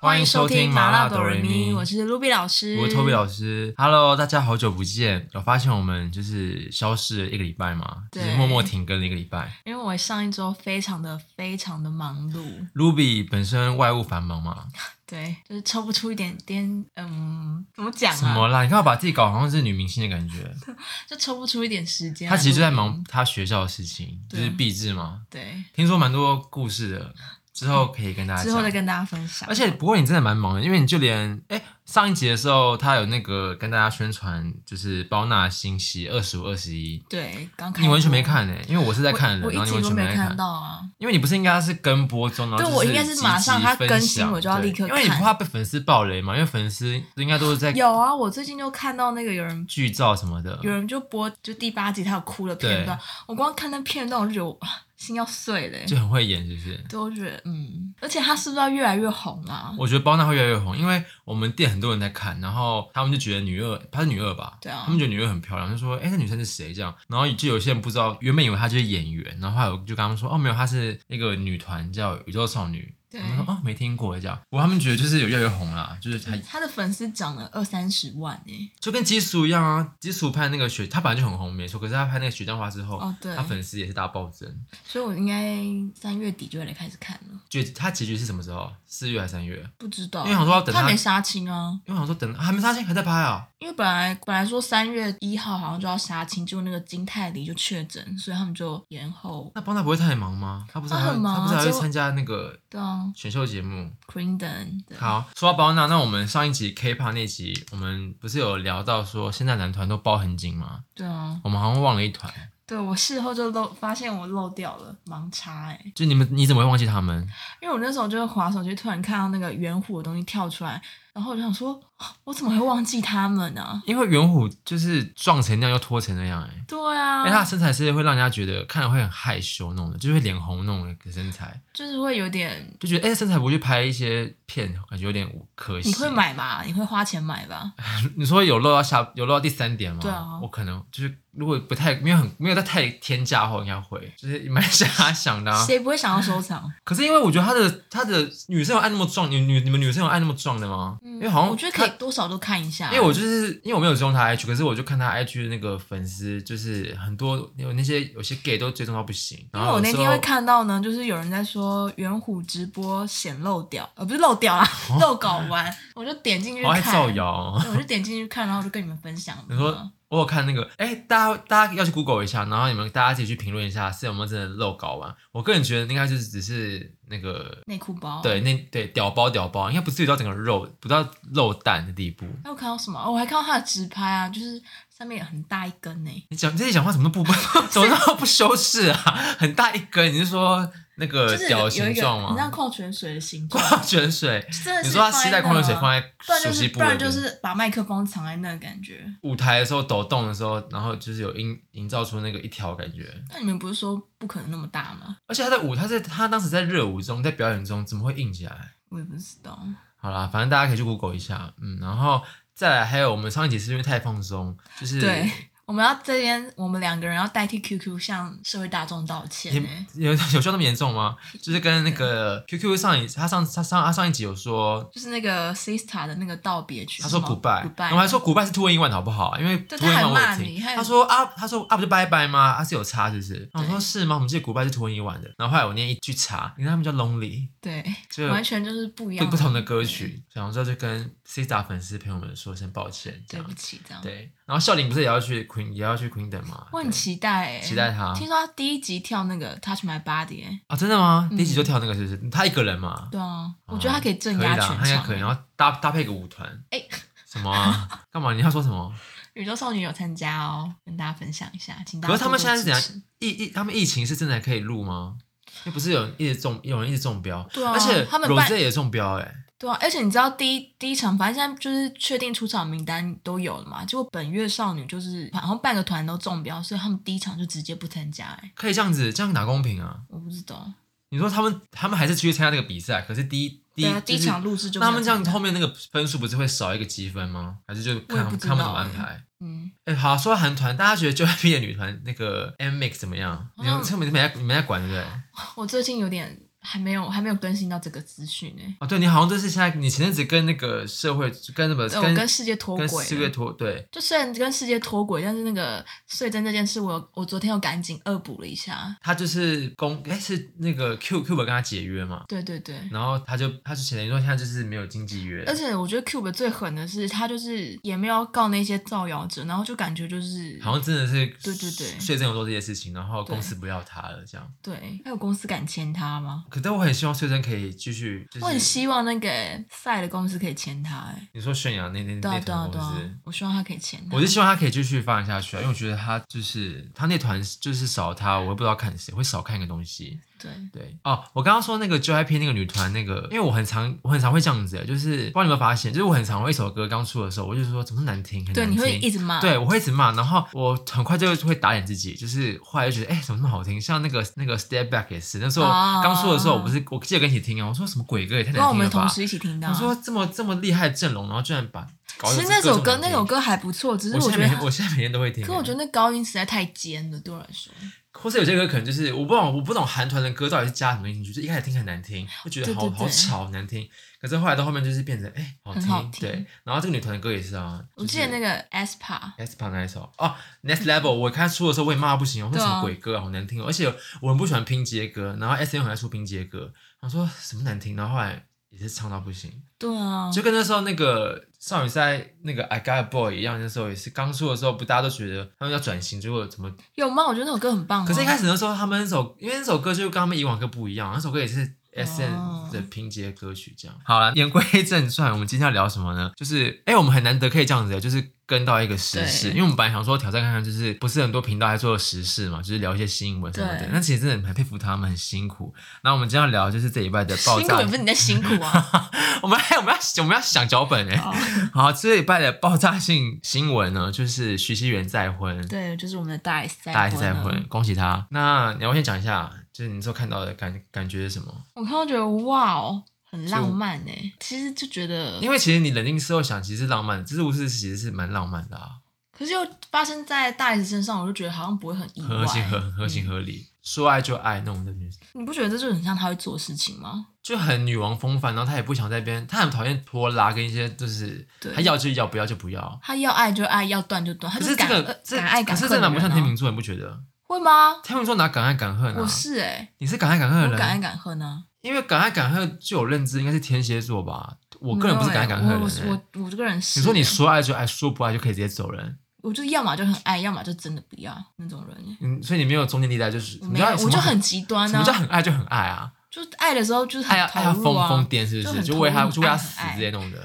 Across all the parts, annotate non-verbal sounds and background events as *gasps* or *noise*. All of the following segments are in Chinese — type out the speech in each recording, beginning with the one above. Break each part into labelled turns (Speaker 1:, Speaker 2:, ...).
Speaker 1: 欢迎收听麻辣哆瑞咪
Speaker 2: 我是 Ruby 老师，
Speaker 1: 我是 Toby 老师，Hello，大家好久不见。有发现我们就是消失了一个礼拜嘛，就
Speaker 2: 对
Speaker 1: 是默默停更了一个礼拜。
Speaker 2: 因为我上一周非常的非常的忙碌，
Speaker 1: Ruby 本身外务繁忙 *laughs* 嘛，
Speaker 2: 对，就是抽不出一点点，嗯，怎么讲
Speaker 1: 什么
Speaker 2: 啊？
Speaker 1: 啦？你看我把自己搞好像是女明星的感觉。
Speaker 2: 就抽不出一点时间来啊
Speaker 1: 她
Speaker 2: 录音。
Speaker 1: 其实就在忙她学校的事情，就
Speaker 2: 对
Speaker 1: 是毕制嘛。
Speaker 2: 对，
Speaker 1: 听说蛮多故事的，之后可以跟大家
Speaker 2: 之后再
Speaker 1: 讲。
Speaker 2: 跟大家分享。
Speaker 1: 而且不过你真的蛮忙的，因为你就连哎、上一集的时候，她有那个跟大家宣传，就是包纳新戏二十五、二十一。
Speaker 2: 对，刚开
Speaker 1: 你完全没
Speaker 2: 播，
Speaker 1: 看呢、因为我是在看的人，
Speaker 2: 我
Speaker 1: 然
Speaker 2: 一
Speaker 1: 后你完
Speaker 2: 集都
Speaker 1: 全
Speaker 2: 没
Speaker 1: 在
Speaker 2: 看到啊。
Speaker 1: 因为你不是应该是跟播中，然后
Speaker 2: 对
Speaker 1: 就
Speaker 2: 我应该是马上
Speaker 1: 积极
Speaker 2: 它更新
Speaker 1: 分享
Speaker 2: 我就要立
Speaker 1: 对
Speaker 2: 刻
Speaker 1: 因为你
Speaker 2: 看
Speaker 1: 不怕被粉丝爆雷嘛？因为粉丝应该都是在
Speaker 2: 有啊，我最近就看到那个有人。
Speaker 1: 剧照什么的，
Speaker 2: 有人就播就第八集，他有哭的片段，我光看那片段我就觉得我啊心要碎了欸，
Speaker 1: 就很会演，是不是？
Speaker 2: 对，我就觉得嗯，而且他是不是要越来越红啊？
Speaker 1: 我觉得包娜会越来越红，因为我们店很多人在看，然后他们就觉得女二，她是女二吧？
Speaker 2: 对啊
Speaker 1: 他们觉得女二很漂亮，就说：“哎、那女生是谁？”这样，然后就有些人不知道，原本以为她就是演员，然后后来我就跟他们说：“哦，没有，她是那个女团叫宇宙少女。”
Speaker 2: 对
Speaker 1: 他们说：“哦，没听过。”这样，不过他们觉得就是有越来越红啦，就是她
Speaker 2: 他的粉丝涨了二三十万哎、
Speaker 1: 就跟基叔一样啊，基叔拍那个雪，他本来就很红，没错。可是他拍那个雪降花之后，
Speaker 2: 哦对
Speaker 1: 他粉丝也是大暴增。
Speaker 2: 所以我应该三月底就会来开始看了，
Speaker 1: 就他结局是什么时候？四月还是三月？
Speaker 2: 不知道。
Speaker 1: 因为想说要等他
Speaker 2: 他没杀青啊，
Speaker 1: 因为我想说等、啊还没杀青，还在拍啊。
Speaker 2: 因为本来本来说三月一号好像就要杀青，结果那个金泰梨就确诊，所以他们就延后。
Speaker 1: 那邦娜不会太忙吗？他不是还
Speaker 2: 他很忙啊
Speaker 1: 他不是还会
Speaker 2: 只有
Speaker 1: 参加那个
Speaker 2: 对啊
Speaker 1: 选秀节目？
Speaker 2: ，Crinden 的
Speaker 1: 好，说到邦娜，那我们上一集 K-pop 那集，我们不是有聊到说现在男团都包很紧吗？
Speaker 2: 对啊，
Speaker 1: 我们好像忘了一团，
Speaker 2: 对我事后就漏发现我漏掉了盲插哎、
Speaker 1: 就你们你怎么会忘记他们？
Speaker 2: 因为我那时候就是滑手机，突然看到那个圆弧的东西跳出来，然后我就想说， *gasps* 啊我怎么会忘记他们啊呢、
Speaker 1: 因为元虎就是撞成那样又拖成那样、欸，哎。
Speaker 2: 对啊，
Speaker 1: 因为他的身材是会让人家觉得看了会很害羞那种的，就是会脸红那种的身材，
Speaker 2: 就是会有点
Speaker 1: 就觉得哎、身材不去拍一些片，感觉有点可惜。
Speaker 2: 你会？买吧？你会花钱买吧？
Speaker 1: *laughs* 你说有漏到下，有漏到第三点吗？
Speaker 2: 对啊
Speaker 1: 我可能就是如果不太没有很没有到太天价后，应该会就是蛮瞎想的、啊。
Speaker 2: 谁不会想要收藏？
Speaker 1: 可是因为我觉得他的他的女生有爱那么壮，你女你们女生有爱那么壮的吗？因为好像
Speaker 2: 嗯我觉得可以
Speaker 1: 他。
Speaker 2: 多少都看一下，
Speaker 1: 因为我就是因为我没有追踪他 IG，可是我就看他 IG 的那个粉丝，就是很多有那些有些 gay 都追踪到不行。
Speaker 2: 啊因
Speaker 1: 然
Speaker 2: 为
Speaker 1: 后
Speaker 2: 我那
Speaker 1: 有时
Speaker 2: 天
Speaker 1: 候
Speaker 2: 会看到呢，就是有人在说圆虎直播显漏屌，呃，不是漏屌啊， *laughs* 漏睾丸，我就点进去
Speaker 1: 好爱
Speaker 2: 看，
Speaker 1: 造谣哦、
Speaker 2: 对我就点进去看，然后就跟你们分享。
Speaker 1: 你说我有看那个，哎、大家大家要去 Google 一下，然后你们大家自己去评论一下，是有没有真的漏搞完？我个人觉得应该就是只是那个，
Speaker 2: 内裤包，，
Speaker 1: 对，那对屌包屌包，应该不至于到整个肉不到肉蛋的地步。
Speaker 2: 还有看到什么？哦，我还看到他的直拍啊，就是上面有很大一根呢、
Speaker 1: 你讲这些讲话怎么都
Speaker 2: *laughs*
Speaker 1: 不怎么都不修饰啊？很大一根，你是说那个
Speaker 2: 就是
Speaker 1: 屌
Speaker 2: 有
Speaker 1: 的
Speaker 2: 有
Speaker 1: 形
Speaker 2: 一
Speaker 1: 状
Speaker 2: 个，你知道
Speaker 1: 吗？
Speaker 2: 矿泉水的形状，
Speaker 1: *laughs* 矿泉水，
Speaker 2: 真的是
Speaker 1: 你说他吸带矿泉水
Speaker 2: 放
Speaker 1: 放
Speaker 2: 在
Speaker 1: 在
Speaker 2: 那啊，不然
Speaker 1: 熟
Speaker 2: 就
Speaker 1: 悉
Speaker 2: 是
Speaker 1: 部
Speaker 2: 不
Speaker 1: 位
Speaker 2: 然
Speaker 1: 的地
Speaker 2: 就
Speaker 1: 方，
Speaker 2: 是把麦克风藏在那的感觉。
Speaker 1: 舞台的时候抖动的时候，然后就是有营营造出那个一条感觉。
Speaker 2: 那你们不是说不可能那么大吗？
Speaker 1: 而且他在舞，他在他当时在热舞中，在表演中怎么会硬起来？
Speaker 2: 我也不知道。
Speaker 1: 好啦，反正大家可以去 Google 一下，嗯，然后再来还有我们上一集是因为太放松，就是
Speaker 2: 对，我们要这边，我们两个人要代替 QQ 向社会大众道歉
Speaker 1: 也
Speaker 2: 欸。
Speaker 1: 有 *laughs* 有需要那么严重吗？就是跟那
Speaker 2: *laughs*
Speaker 1: 个 QQ 上一他上他上他上一集有说。
Speaker 2: 就是那个 Sista 的那个道别曲，
Speaker 1: 他说
Speaker 2: 是吗
Speaker 1: 古拜，
Speaker 2: Goodbye
Speaker 1: 我还说古拜是 two in one 好不好？因为 two
Speaker 2: 对
Speaker 1: in
Speaker 2: 他还
Speaker 1: one 我
Speaker 2: 骂
Speaker 1: 有
Speaker 2: 你
Speaker 1: 听。
Speaker 2: 还有
Speaker 1: 他说啊，他说啊不就拜拜吗？啊是有差是不是？然后我说是吗？我们记得古拜是 two in one 的。然后后来我念一去查，你看他们叫 lonely，
Speaker 2: 对，
Speaker 1: 就
Speaker 2: 完全就是不一
Speaker 1: 不
Speaker 2: 样，
Speaker 1: 不同的歌。曲，想说就跟 C 大粉丝朋友们说声抱歉，这
Speaker 2: 对
Speaker 1: 样
Speaker 2: 不起，这样。
Speaker 1: 对。然后孝琳不是也要去 Queen 也要去 Queen 等吗？
Speaker 2: 我很
Speaker 1: 对
Speaker 2: 期待欸，
Speaker 1: 期待他
Speaker 2: 听说他第一集跳那个 Touch My Body，欸
Speaker 1: 啊，真的吗？
Speaker 2: 嗯
Speaker 1: 第一集就跳那个是不是？他一个人嘛，
Speaker 2: 对啊，
Speaker 1: 哦
Speaker 2: 我觉得他可以镇
Speaker 1: 可以
Speaker 2: 压
Speaker 1: 啦
Speaker 2: 全
Speaker 1: 他应该
Speaker 2: 场
Speaker 1: 可以。
Speaker 2: 欸。
Speaker 1: 然后搭搭配一个舞团，
Speaker 2: *laughs* 哎，
Speaker 1: 什么啊？干嘛？你要说什
Speaker 2: *laughs*
Speaker 1: 么？
Speaker 2: 宇宙少女有参加哦，跟大家分享一下，请大
Speaker 1: 可
Speaker 2: 家
Speaker 1: 是他们
Speaker 2: 多
Speaker 1: 现在
Speaker 2: 多
Speaker 1: 是怎样
Speaker 2: 支持？
Speaker 1: 疫疫，他们疫情是真的还可以录吗？又不是有人一直中，有人一直中标，
Speaker 2: 对啊
Speaker 1: 而且
Speaker 2: 他们
Speaker 1: 罗
Speaker 2: 办
Speaker 1: 志也中标哎，
Speaker 2: 对啊，而且你知道第一第一场，反正现在就是确定出场名单都有了嘛。结果本月少女就是好像半个团都中标，所以他们第一场就直接不参加、欸。
Speaker 1: 可以这样子，这样哪公平啊？
Speaker 2: 我不知道，
Speaker 1: 你说他们他们还是去参加这个比赛，可是第一第
Speaker 2: 对啊，
Speaker 1: 一
Speaker 2: 第一
Speaker 1: 就是
Speaker 2: 场录制就
Speaker 1: 那他们这样
Speaker 2: 没有参
Speaker 1: 后面那个分数不是会少一个积分吗？还是就
Speaker 2: 我也
Speaker 1: 看
Speaker 2: 不知
Speaker 1: 他
Speaker 2: 道
Speaker 1: 们怎么安
Speaker 2: 欸
Speaker 1: 排？
Speaker 2: 加，嗯，
Speaker 1: 哎、好，说到韩团，大家觉得 JYP 的女团那个 M Mix 怎么样？你们
Speaker 2: 嗯
Speaker 1: 这个没没在你们在管对不对？
Speaker 2: 我最近有点还没有还没有更新到这个资讯哎，
Speaker 1: 哦，对你好像就是现在，你前阵子跟那个社会跟什么
Speaker 2: 呃对我
Speaker 1: 跟
Speaker 2: 哦跟世界脱
Speaker 1: 跟
Speaker 2: 轨
Speaker 1: 世界
Speaker 2: 了。
Speaker 1: 脱对，
Speaker 2: 就虽然跟世界脱轨，但是那个税政这件事我有，我昨天又赶紧恶补了一下。
Speaker 1: 他就是公哎是那个 Q Q 本跟他解约嘛，
Speaker 2: 对对对，
Speaker 1: 然后他就他就等于说现在就是没有经纪约，
Speaker 2: 而且我觉得 Cube 最狠的是，他就是也没有告那些造谣者，然后就感觉就是
Speaker 1: 好像真的是
Speaker 2: 对对对
Speaker 1: 税政有做这些事情，然后公司不要他了这样。
Speaker 2: 对，还有公司敢签他吗？
Speaker 1: 可但我很希望税政可以继续，就
Speaker 2: 我很
Speaker 1: 是
Speaker 2: 希望那个赛的公司可以签他、哎，
Speaker 1: 你说泫雅那那
Speaker 2: 对啊
Speaker 1: 那
Speaker 2: 对啊
Speaker 1: 团公
Speaker 2: 对啊
Speaker 1: 司。，
Speaker 2: 我希望他可以签他
Speaker 1: 我。是希望他可以继续发展下去啊，因为我觉得他就是他那团就是少他，我也不知道看谁，会少看一个东西。
Speaker 2: 对，
Speaker 1: 对哦，我刚刚说那个 JYP 那个女团那个，因为我很常我很常会这样子，欸就是不知道你有没有发现，就是我很常会一首歌刚出的时候，我就说怎么难听，很
Speaker 2: 对，
Speaker 1: 难
Speaker 2: 你会一
Speaker 1: 听。
Speaker 2: 直骂。
Speaker 1: 对，我会一直骂，然后我很快就会打脸自己，就是后来就觉得，哎、怎么那么好听？像那个那个 Step Back 也是，那时候
Speaker 2: 啊
Speaker 1: 刚出的时候，我不是我记得跟你听啊，我说什么鬼歌也太
Speaker 2: 然后
Speaker 1: 难
Speaker 2: 我
Speaker 1: 听
Speaker 2: 们
Speaker 1: 了吧
Speaker 2: 同？时一起听到
Speaker 1: 我。说这么这么厉害的阵容，然后居然把搞得
Speaker 2: 啊其
Speaker 1: 这
Speaker 2: 实那首
Speaker 1: 这
Speaker 2: 歌
Speaker 1: 么难
Speaker 2: 那
Speaker 1: 听
Speaker 2: 首，歌还不错，只是
Speaker 1: 我
Speaker 2: 我
Speaker 1: 现
Speaker 2: 觉
Speaker 1: 在
Speaker 2: 得
Speaker 1: 每天，我现在每天都会听。
Speaker 2: 可我觉
Speaker 1: 得，
Speaker 2: 得那高音实在太尖了，对我来说。
Speaker 1: 或是有些歌可能就是我不懂，我不懂韩团的歌到底是加什么进去，就一开始听很难听，就觉得
Speaker 2: 对
Speaker 1: 好
Speaker 2: 对
Speaker 1: 好
Speaker 2: 对
Speaker 1: 吵难听，可是后来到后面就是变成哎、好
Speaker 2: 很
Speaker 1: 听，
Speaker 2: 好听
Speaker 1: 对。然后这个女团的歌也是啊，
Speaker 2: 我记得那
Speaker 1: 个。
Speaker 2: 个 aespa，
Speaker 1: S p a 那一首哦，Next Level，我看出的时候我也骂到不行，我说
Speaker 2: 对
Speaker 1: 什
Speaker 2: 啊
Speaker 1: 么鬼歌啊，好难听哦！而且我很不喜欢拼接歌，然后 S M 很爱出拼接歌，我说什么难听，然后后来也是唱到不行，
Speaker 2: 对啊，
Speaker 1: 就跟那时候那个少女赛那个 I Got a Boy 一样，那时候也是刚出的时候，不大家都觉得他们要转型，结果怎么？
Speaker 2: 有吗？我觉得那首歌很棒、啊。
Speaker 1: 可是一开始那时候他们那首，因为那首歌就跟他们以往歌不一样，那首歌也是 S N
Speaker 2: 哦
Speaker 1: 的拼接歌曲这样。好了，言归正传，我们今天要聊什么呢？就是哎、诶我们很难得可以这样子，就是。跟到一个时事，
Speaker 2: 对
Speaker 1: 因为我们本来想说挑战看看，就是不是很多频道还做时事嘛，就是聊一些新闻什么的
Speaker 2: 对。
Speaker 1: 那其实真的很佩服他们，很辛苦。那我们今天要聊就是这礼拜的爆
Speaker 2: 辛苦
Speaker 1: 炸
Speaker 2: 也不是你在辛苦
Speaker 1: *laughs*
Speaker 2: 啊。
Speaker 1: 我们还我们要我们要想脚本哎、
Speaker 2: 哦
Speaker 1: 好，这礼拜的爆炸性新闻呢，就是徐熙媛再婚，
Speaker 2: 对，就是我们的大 S 再
Speaker 1: 大 S 再
Speaker 2: 了
Speaker 1: 婚，。恭喜她。那你要先讲一下，就是你那时候看到的感感觉是什么？
Speaker 2: 我看到觉得哇哦，很
Speaker 1: 就
Speaker 2: 浪漫哎、其实就觉得，
Speaker 1: 因为其实你冷静事后想，其实是浪漫的，这故事其实是蛮浪漫的啊，
Speaker 2: 可是又发生在大 S 身上，我就觉得好像不会很意
Speaker 1: 很
Speaker 2: 外。
Speaker 1: 合
Speaker 2: 嗯
Speaker 1: 情合合情合理，说爱就爱那种的女生。
Speaker 2: 你不觉得这就很像他会做的事情吗？
Speaker 1: 就很女王风范，然后她也不想在边，她很讨厌拖拉跟一些就是，
Speaker 2: 对
Speaker 1: 她要就要，不要就不要。
Speaker 2: 他要爱就爱，要断就断，他
Speaker 1: 可
Speaker 2: 就是
Speaker 1: 这
Speaker 2: 敢
Speaker 1: 个
Speaker 2: 呃
Speaker 1: 这
Speaker 2: 敢爱
Speaker 1: 可
Speaker 2: 敢
Speaker 1: 是
Speaker 2: 恨
Speaker 1: 这
Speaker 2: 的
Speaker 1: 哪
Speaker 2: 人、
Speaker 1: 不像天秤座，你不觉得？
Speaker 2: 啊会吗？
Speaker 1: 天秤座哪敢爱敢恨啊？
Speaker 2: 我是哎、
Speaker 1: 你是敢爱敢恨的
Speaker 2: 我
Speaker 1: 人，
Speaker 2: 敢爱敢恨啊！
Speaker 1: 因为敢爱敢恨，就有认知应该是天蝎座吧。我个人
Speaker 2: 没有
Speaker 1: 不是敢爱
Speaker 2: 欸
Speaker 1: 敢恨的人、欸
Speaker 2: 我我我我这个人是
Speaker 1: 你说你
Speaker 2: 欸
Speaker 1: 说爱就爱，说不爱就可以直接走人，
Speaker 2: 我就是要么就很爱，要么就真的不要那种人欸。
Speaker 1: 嗯，所以你没有中间地带，就是
Speaker 2: 我
Speaker 1: 你
Speaker 2: 没
Speaker 1: 知
Speaker 2: 有
Speaker 1: 道，什
Speaker 2: 我
Speaker 1: 么
Speaker 2: 就
Speaker 1: 很
Speaker 2: 很极端
Speaker 1: 什么
Speaker 2: 啊
Speaker 1: 叫，很哎爱就很爱啊，
Speaker 2: 就是爱的时候就是
Speaker 1: 爱
Speaker 2: 很
Speaker 1: 要爱要
Speaker 2: 投
Speaker 1: 疯
Speaker 2: 入啊，
Speaker 1: 疯癫，是不？
Speaker 2: 就是很
Speaker 1: 就为他
Speaker 2: 投入
Speaker 1: 就为他
Speaker 2: 爱
Speaker 1: 死
Speaker 2: 爱
Speaker 1: 之类弄的。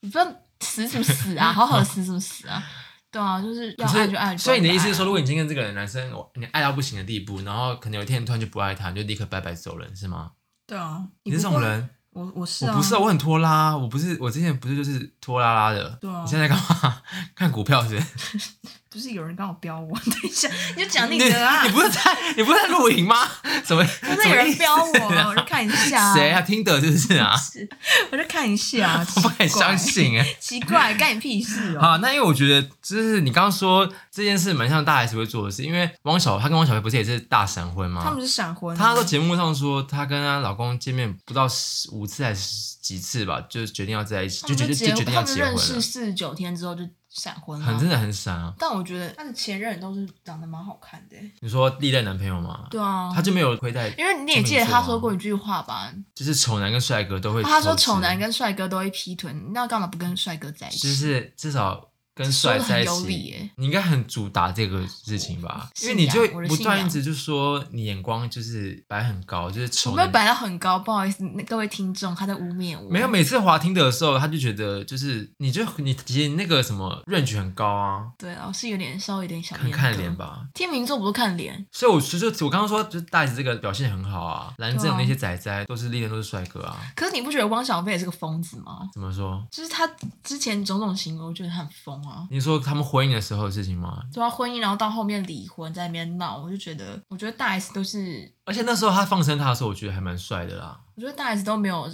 Speaker 2: 你不要死什么死
Speaker 1: *laughs*
Speaker 2: 啊，好好的死什么死啊？对啊，就是
Speaker 1: 可
Speaker 2: 要爱
Speaker 1: 是
Speaker 2: 就爱，啊
Speaker 1: 所以你的意思是说，如
Speaker 2: 不要
Speaker 1: 果你今天跟这个男生，我你爱到不行的地步，然后可能有一天你突然就不爱他，你就立刻拜拜走人，是吗？
Speaker 2: 就爱啊对啊，
Speaker 1: 你是这
Speaker 2: 不
Speaker 1: 种
Speaker 2: 会，
Speaker 1: 人，
Speaker 2: 我我是
Speaker 1: 我
Speaker 2: 啊，
Speaker 1: 不是啊，我很拖拉，我不是，我之前不是就是拖拉拉的。
Speaker 2: 对啊
Speaker 1: 你现在干嘛？ *laughs* 看股票是不是？
Speaker 2: 不是有人刚好标我，等
Speaker 1: *laughs*
Speaker 2: 一下你就讲
Speaker 1: 你
Speaker 2: 你的啊，
Speaker 1: 你不是在你不是在露营吗？ *laughs* 怎么
Speaker 2: 不
Speaker 1: 怎
Speaker 2: 是有
Speaker 1: 么
Speaker 2: 人
Speaker 1: 意思？
Speaker 2: 标我，我就看一下啊，
Speaker 1: 谁啊？听的是不是啊？ *laughs*
Speaker 2: 是？我就看一下啊，
Speaker 1: 我
Speaker 2: 奇
Speaker 1: 不
Speaker 2: 怪
Speaker 1: 敢相，信哎、
Speaker 2: 奇怪，干你屁事哦！
Speaker 1: 好，那因为我觉得，就是你刚刚说这件事蛮像大 S 会做的事，因为汪小她跟汪小菲不是也是大闪婚
Speaker 2: 他
Speaker 1: 吗
Speaker 2: 们？是闪婚啊，
Speaker 1: 她在节目上说，她跟她老公见面不到十五次还是几次吧，就决定要在一起，
Speaker 2: 他
Speaker 1: 就
Speaker 2: 们
Speaker 1: 决定就
Speaker 2: 就结
Speaker 1: 决定要
Speaker 2: 他们
Speaker 1: 结婚
Speaker 2: 认
Speaker 1: 了
Speaker 2: 识，四十九天之后就闪婚
Speaker 1: 很真
Speaker 2: 了。
Speaker 1: 的很闪啊！
Speaker 2: 但我觉得他的前任都是长得蛮好看的欸，
Speaker 1: 你说历代男朋友嘛，
Speaker 2: 对啊，
Speaker 1: 他就没有亏待，
Speaker 2: 因为你也记得他说过一句话吧，
Speaker 1: 就是丑男跟帅哥都会投资，
Speaker 2: 哦他说丑男跟帅哥都会劈腿，那干嘛不跟帅哥在一
Speaker 1: 就
Speaker 2: 起？
Speaker 1: 是至少跟帅在一
Speaker 2: 说得很有理
Speaker 1: 起
Speaker 2: 耶，
Speaker 1: 你应该很主打这个事情吧？因为
Speaker 2: 信
Speaker 1: 你
Speaker 2: 仰
Speaker 1: 就
Speaker 2: 我的
Speaker 1: 不
Speaker 2: 信
Speaker 1: 断一
Speaker 2: 仰
Speaker 1: 直就说你眼光就是摆很高，就是
Speaker 2: 我
Speaker 1: 丑
Speaker 2: 没有
Speaker 1: 男。
Speaker 2: 摆到很高，不好意思，那各位听众，他在污蔑我。
Speaker 1: 没有，，每次滑听的时候，他就觉得就是你就你其实那个什么 range 很高啊，
Speaker 2: 对啊，我是有点稍微有点小
Speaker 1: 看
Speaker 2: 严格
Speaker 1: 看脸。吧。
Speaker 2: 天秤座不是看脸，
Speaker 1: 所以我就就我刚刚说，就是大 S 这个表现很好啊，蓝正
Speaker 2: 对
Speaker 1: 龙
Speaker 2: 啊
Speaker 1: 那些仔仔都是历练都是帅哥啊。
Speaker 2: 可是你不觉得汪小菲也是个疯子吗？
Speaker 1: 怎么说？
Speaker 2: 就是他之前种种行为，我觉得他很疯啊。
Speaker 1: 你说他们婚姻的时候的事情吗？
Speaker 2: 对啊，婚姻，然后到后面离婚，在那边闹，我就觉得，我觉得大 S 都是
Speaker 1: 而且那时候他放生他的时候，我觉得还蛮帅的啦。
Speaker 2: 我觉得大 S 都没有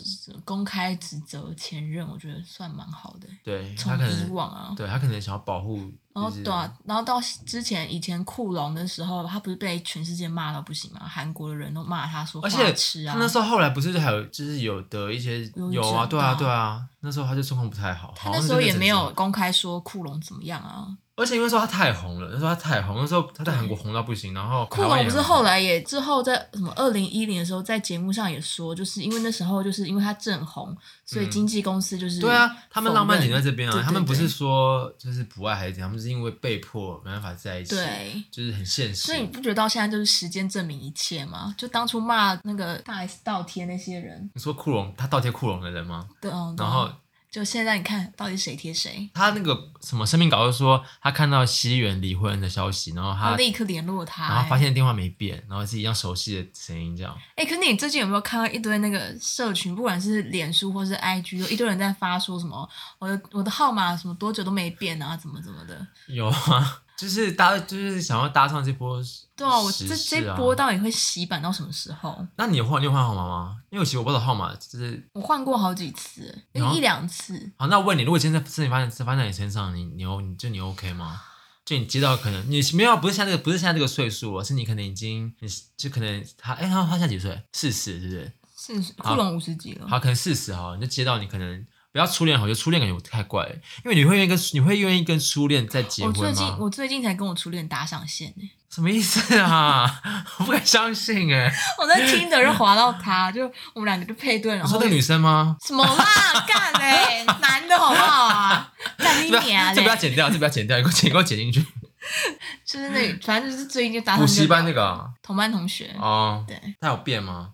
Speaker 2: 公开指责前任，我觉得算蛮好的。
Speaker 1: 对
Speaker 2: 从
Speaker 1: 他可
Speaker 2: 以
Speaker 1: 能，
Speaker 2: 往啊，
Speaker 1: 对他可能想要保护，
Speaker 2: 然后
Speaker 1: 就是
Speaker 2: 对啊，然后到之前以前库龙的时候，他不是被全世界骂到不行吗？韩国的人都骂他说
Speaker 1: 而且
Speaker 2: 花痴啊
Speaker 1: 他，那时候后来不是还有就是有得一些
Speaker 2: 忧郁
Speaker 1: 有啊，
Speaker 2: 症
Speaker 1: 对啊，
Speaker 2: 对啊
Speaker 1: 对啊，那时候他就状况不太好，
Speaker 2: 他
Speaker 1: 好
Speaker 2: 那
Speaker 1: 像
Speaker 2: 时候
Speaker 1: 是
Speaker 2: 也
Speaker 1: 真的
Speaker 2: 没
Speaker 1: 整
Speaker 2: 有
Speaker 1: 形，
Speaker 2: 公开说库龙怎么样啊。
Speaker 1: 而且因为说他太红了，那时候他太红，那时候他在韩国红到不行，然后台
Speaker 2: 库
Speaker 1: 湾
Speaker 2: 龙
Speaker 1: 也
Speaker 2: 啊不是
Speaker 1: 很
Speaker 2: 后来也之后在什么二零一零的时候，在节目上也说，就是因为那时候就是因为他正红，所以
Speaker 1: 嗯
Speaker 2: 经纪公司就是
Speaker 1: 对啊，他们
Speaker 2: 否
Speaker 1: 浪漫点
Speaker 2: 认
Speaker 1: 在这边啊，
Speaker 2: 对
Speaker 1: 他
Speaker 2: 对
Speaker 1: 们不
Speaker 2: 对
Speaker 1: 是说就是不爱还是怎样，他们是因为被迫没办法在一起，
Speaker 2: 对，
Speaker 1: 就是很现实
Speaker 2: 所以。你不觉得到现在就是时间证明一切吗？就当初骂那个大 S 倒贴那些人，
Speaker 1: 你说库龙，他倒贴库龙的人吗？
Speaker 2: 对，嗯、对
Speaker 1: 然后
Speaker 2: 就现在你看到底谁贴谁，
Speaker 1: 他那个什么声明稿就说，他看到西元离婚的消息，然后
Speaker 2: 他
Speaker 1: 他，
Speaker 2: 立刻联络他、
Speaker 1: 然后发现电话没变，然后是一样熟悉的声音这样。
Speaker 2: 哎、可是你最近有没有看到一堆那个社群，不管是脸书或是 IG，有一堆人在发说什么我的我的号码什么多久都没变啊，怎么怎么的。
Speaker 1: 有啊， *laughs* 就是搭，就是想要搭上这波时。
Speaker 2: 对啊，我这
Speaker 1: 时事
Speaker 2: 这
Speaker 1: 啊
Speaker 2: 波到底会洗版到什么时候？
Speaker 1: 那你有换你有换号码吗？因为其实我不知道号码，就是
Speaker 2: 我换过好几次，
Speaker 1: 然后
Speaker 2: 一两次。
Speaker 1: 好。那我问你，如果今天这事情发生发生在你身上，你你有你就你 OK 吗？就你接到可能你没有，不是像这个，不是现在这个岁数，而是你可能已经，你就可能他，哎、他他现在几岁？四十，是不是？
Speaker 2: 是库龙五十级了，
Speaker 1: 好，可能四十哈，你就接到你可能不要初恋好，我觉得初恋感觉太怪了，因为你会愿意跟你会愿意跟初恋再结
Speaker 2: 我哦最
Speaker 1: 婚
Speaker 2: 近
Speaker 1: 吗？
Speaker 2: 我最近才跟我初恋搭上线呢、 *laughs*
Speaker 1: 什么意思啊？ *laughs* 我不敢相信哎、
Speaker 2: 我在听的就滑到他，就我们两个就配对，然
Speaker 1: 你说
Speaker 2: 后
Speaker 1: 那个女生吗？
Speaker 2: 什么啦，干嘞、男的好不好啊？干你
Speaker 1: 这不
Speaker 2: 娘
Speaker 1: 要这不要
Speaker 2: 嘞！
Speaker 1: 剪掉，这不要剪掉，你给我剪，你给我剪进去。
Speaker 2: 就是那个，反正就是最近就搭
Speaker 1: 补
Speaker 2: 上
Speaker 1: 习
Speaker 2: 线
Speaker 1: 班那个啊
Speaker 2: 同班同学，
Speaker 1: 哦，
Speaker 2: 对，
Speaker 1: 他有变吗？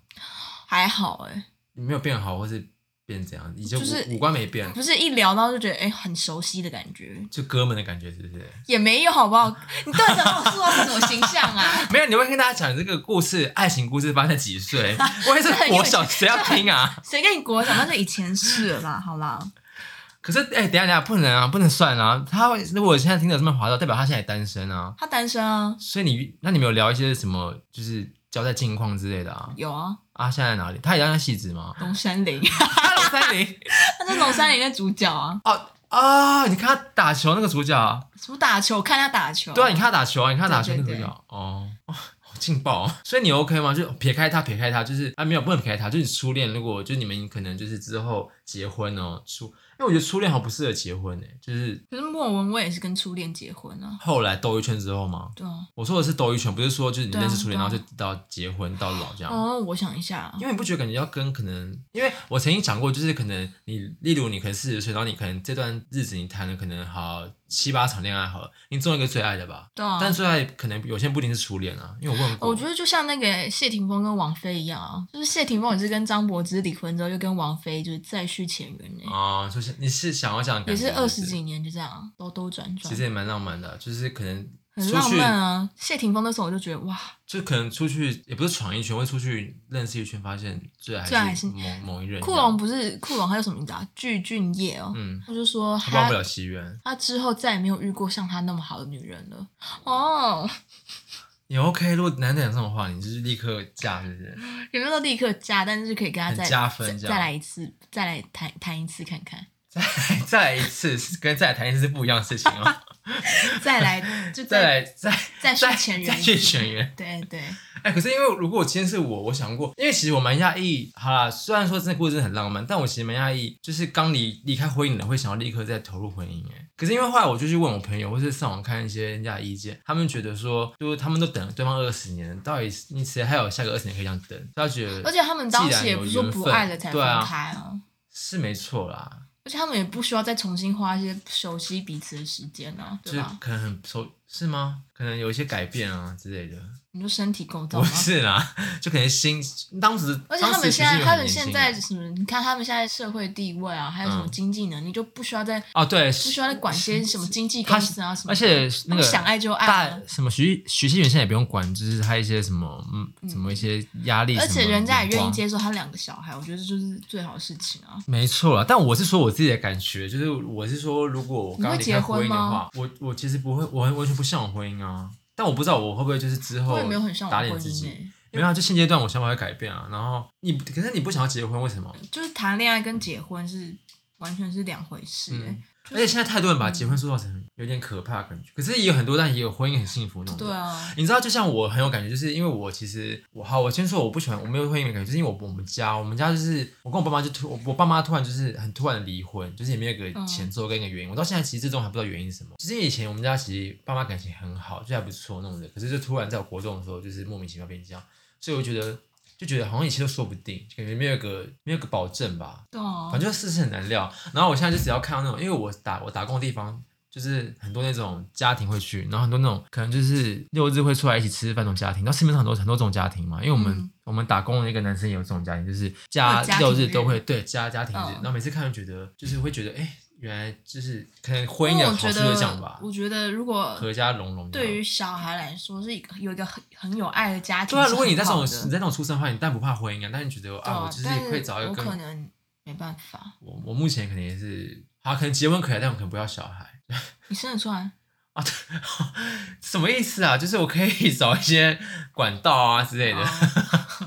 Speaker 2: 还好哎、
Speaker 1: 你没有变好，或是变怎样？你就
Speaker 2: 就是
Speaker 1: 五五官没变，
Speaker 2: 不是一聊到就觉得哎、很熟悉的感觉，
Speaker 1: 就哥们的感觉是不是？
Speaker 2: *laughs* 也没有好不好？你到底想让我塑造成什么形象啊？
Speaker 1: 没有，你会跟大家讲这个故事，爱情故事发生在几
Speaker 2: *laughs*
Speaker 1: 岁？我也是国小，谁要听啊？
Speaker 2: 谁跟你国小？那是以前事了啦，好啦，
Speaker 1: 可是，哎、等一下等一下，不能啊，不能算啊。他会如果现在听到这么滑到，代表他现在也单身啊。
Speaker 2: 他单身啊，
Speaker 1: 所以你，那你们有聊一些什么，就是交代近况之类的啊？
Speaker 2: 有啊，
Speaker 1: 啊，现在在哪里？他也在戏子
Speaker 2: *laughs*
Speaker 1: 吗
Speaker 2: 龙山林，
Speaker 1: ？Hello，三
Speaker 2: *laughs*
Speaker 1: 林。
Speaker 2: 他是龙山林的主角啊，
Speaker 1: 哦啊、你看他打球那个主角啊，
Speaker 2: 什么打球？我看他打球，
Speaker 1: 对啊，你看他打球啊，你看他打球
Speaker 2: 对
Speaker 1: 那
Speaker 2: 哦对
Speaker 1: 个主角哦。哇好劲爆、哦！ *laughs* 所以你 OK 吗？就撇开他，撇开他，就是啊，没有不能撇开他，就是初恋。如果就你们可能就是之后结婚哦，初，因为我觉得初恋好像不适合结婚诶，就是
Speaker 2: 可是莫文蔚也是跟初恋结婚啊，
Speaker 1: 后来兜一圈之后嘛，
Speaker 2: 对啊。
Speaker 1: 我说的是兜一圈，不是说就是你
Speaker 2: 对啊
Speaker 1: 认识初恋，
Speaker 2: 对
Speaker 1: 然
Speaker 2: 啊
Speaker 1: 后就到结婚到老这样。
Speaker 2: 哦，我想一下，
Speaker 1: 因为你不觉得感觉要跟可能，因为我曾经讲过，就是可能你，例如你可能四十岁，然后你可能这段日子你谈了可能好七八场恋爱好了，你总有一个最爱的吧？
Speaker 2: 对啊，
Speaker 1: 但最爱可能有些不一定是初恋啊，因为我问过，
Speaker 2: 我觉得就像那个谢霆锋跟王菲一样啊，就是谢霆锋也是跟张柏芝离婚之后，又跟王菲就是再续前缘呢、
Speaker 1: 啊、就是你是想要这样的
Speaker 2: 也
Speaker 1: 感觉，
Speaker 2: 是二
Speaker 1: 不
Speaker 2: 十几年就这样兜兜转转
Speaker 1: 其实，也蛮浪漫的，啊就是可能出
Speaker 2: 很
Speaker 1: 去
Speaker 2: 浪漫啊。谢霆锋那时候我就觉得哇，
Speaker 1: 就可能出去也不是闯一圈，会出去认识一圈，发现最爱
Speaker 2: 最爱
Speaker 1: 还是
Speaker 2: 是哦
Speaker 1: 某某一任
Speaker 2: 库
Speaker 1: 这样
Speaker 2: 龙，不是库龙，他叫什么名字啊？具俊晔哦，
Speaker 1: 嗯，
Speaker 2: 他就说
Speaker 1: 他忘
Speaker 2: 他
Speaker 1: 不了西元，
Speaker 2: 他之后再也没有遇过像他那么好的女人了。哦，
Speaker 1: 你 OK？如果男的讲这种话，你就是立刻嫁，是不是？
Speaker 2: 有没有立刻加？但是可以跟他
Speaker 1: 很
Speaker 2: 再
Speaker 1: 加分这
Speaker 2: 再
Speaker 1: 样
Speaker 2: 再来一次，再来谈谈一次看看，
Speaker 1: *laughs* 再来一次是跟再来谈一次是不一样的事情
Speaker 2: *laughs*
Speaker 1: 哦。
Speaker 2: 再来
Speaker 1: *laughs*
Speaker 2: 就
Speaker 1: 再来再
Speaker 2: 再续
Speaker 1: 再
Speaker 2: 前缘
Speaker 1: 再
Speaker 2: 一
Speaker 1: 去
Speaker 2: 次
Speaker 1: 前缘。
Speaker 2: 对对，
Speaker 1: 哎、可是因为如果今天是我，我想过，因为其实我蛮讶异。好啦，虽然说这故事真的很浪漫，但我其实蛮讶异，就是刚离离开婚姻的人会想要立刻再投入婚姻。哎，可是因为后来我就去问我朋友，或是上网看一些人家的意见，他们觉得说，就是他们都等了对方二十年了，到底你谁还有下个二十年可以这样等？他觉得，
Speaker 2: 而且他们当时也不是说不爱了才
Speaker 1: 既
Speaker 2: 分
Speaker 1: 然有缘分
Speaker 2: 开啊，
Speaker 1: 是没错啦，
Speaker 2: 而且他们也不需要再重新花一些熟悉彼此的时间啊，
Speaker 1: 就
Speaker 2: 对
Speaker 1: 是
Speaker 2: 吧？
Speaker 1: 可能很熟是吗？可能有一些改变啊之类的。
Speaker 2: 你说身体构造
Speaker 1: 不
Speaker 2: 吗？
Speaker 1: 是啦， *laughs* 就可能心当时，
Speaker 2: 而且
Speaker 1: 当
Speaker 2: 他
Speaker 1: 时
Speaker 2: 们
Speaker 1: 其
Speaker 2: 现
Speaker 1: 实
Speaker 2: 在，
Speaker 1: 也
Speaker 2: 他
Speaker 1: 很
Speaker 2: 们
Speaker 1: 年
Speaker 2: 现
Speaker 1: 轻
Speaker 2: 在
Speaker 1: 啊
Speaker 2: 什么？你看他们现在社会地位啊，还有什么
Speaker 1: 嗯
Speaker 2: 经济能力，就不需要再不
Speaker 1: 哦，对，
Speaker 2: 需要再管些什么经纪公司啊什么的。
Speaker 1: 而且那
Speaker 2: 他
Speaker 1: 个
Speaker 2: 们想爱就爱
Speaker 1: 大
Speaker 2: 啊，
Speaker 1: 什么徐徐熙媛现在也不用管，就是他一些什么嗯什么一些压力什么
Speaker 2: 而
Speaker 1: 的，
Speaker 2: 且人家也愿
Speaker 1: 光
Speaker 2: 意接受他两个小孩，我觉得这就是最好的事情啊。
Speaker 1: 没错啦，但我是说我自己的感觉，就是我是说，如果我刚
Speaker 2: 你会
Speaker 1: 离
Speaker 2: 结
Speaker 1: 开婚姻
Speaker 2: 婚
Speaker 1: 的
Speaker 2: 吗
Speaker 1: 话，我我其实不会，我完完全不向往婚姻啊。但我不知道我会不会就是之后
Speaker 2: 我也没有很向
Speaker 1: 打
Speaker 2: 往
Speaker 1: 脸
Speaker 2: 婚
Speaker 1: 自
Speaker 2: 姻欸
Speaker 1: 己，
Speaker 2: 诶，
Speaker 1: 没有啊，就现阶段我想法会改变啊。然后你，可是你不想要结婚，为什么？
Speaker 2: 就是谈恋爱跟结婚是完全是两回事、欸。
Speaker 1: 嗯而且现在太多人把结婚塑造成有点可怕的感觉，可是也有很多，但也有婚姻很幸福那种。
Speaker 2: 对啊，
Speaker 1: 你知道，就像我很有感觉，就是因为我其实我好，我先说我不喜欢，我没有婚姻的感觉，就是因为我我们家，我们家就是我跟我爸妈就突我我爸妈突然就是很突然的离婚，就是也没有一个前奏跟一个原因，我到现在其实最终还不知道原因是什么。其实以前我们家其实爸妈感情很好，就还不错那种的，可是就突然在我国中的时候，就是莫名其妙变这样，所以我觉得就觉得好像一切都说不定，感觉没有一个没有一个保证吧。
Speaker 2: 对啊
Speaker 1: 反，正就世事很难料。然后我现在就只要看到那种，因为我打我打工的地方就是很多那种家庭会去，然后很多那种可能就是六日会出来一起吃饭那种家庭。然后市面上很多很多这种家庭嘛，因为我们、
Speaker 2: 嗯
Speaker 1: 我们打工的一个男生也有这种家庭，就是家
Speaker 2: 会有家庭
Speaker 1: 六
Speaker 2: 日
Speaker 1: 日都会对家家庭日。
Speaker 2: 嗯
Speaker 1: 然后每次看就觉得就是会觉得哎、原来就是可能
Speaker 2: 因
Speaker 1: 婚姻
Speaker 2: 为
Speaker 1: 的
Speaker 2: 我
Speaker 1: 好处
Speaker 2: 觉
Speaker 1: 就是这样吧啊
Speaker 2: 得，，哦我觉得如果
Speaker 1: 合家融融这样。
Speaker 2: 对于小孩来说是一个有一个很很有爱的家庭
Speaker 1: 对
Speaker 2: 是
Speaker 1: 啊，
Speaker 2: 很好的。
Speaker 1: 如果你在这种你在这种出生的话，你但不怕婚姻啊，但你觉得
Speaker 2: 对
Speaker 1: 啊，我就是
Speaker 2: 但
Speaker 1: 会找一个
Speaker 2: 我
Speaker 1: 更
Speaker 2: 可能没办法，
Speaker 1: 我我目前可能也是好，可能结婚可以，但我可能不要小孩。
Speaker 2: 你生得出来？
Speaker 1: 啊，对，什么意思啊？就是我可以 *laughs* 找一些管道啊之类的。
Speaker 2: 哦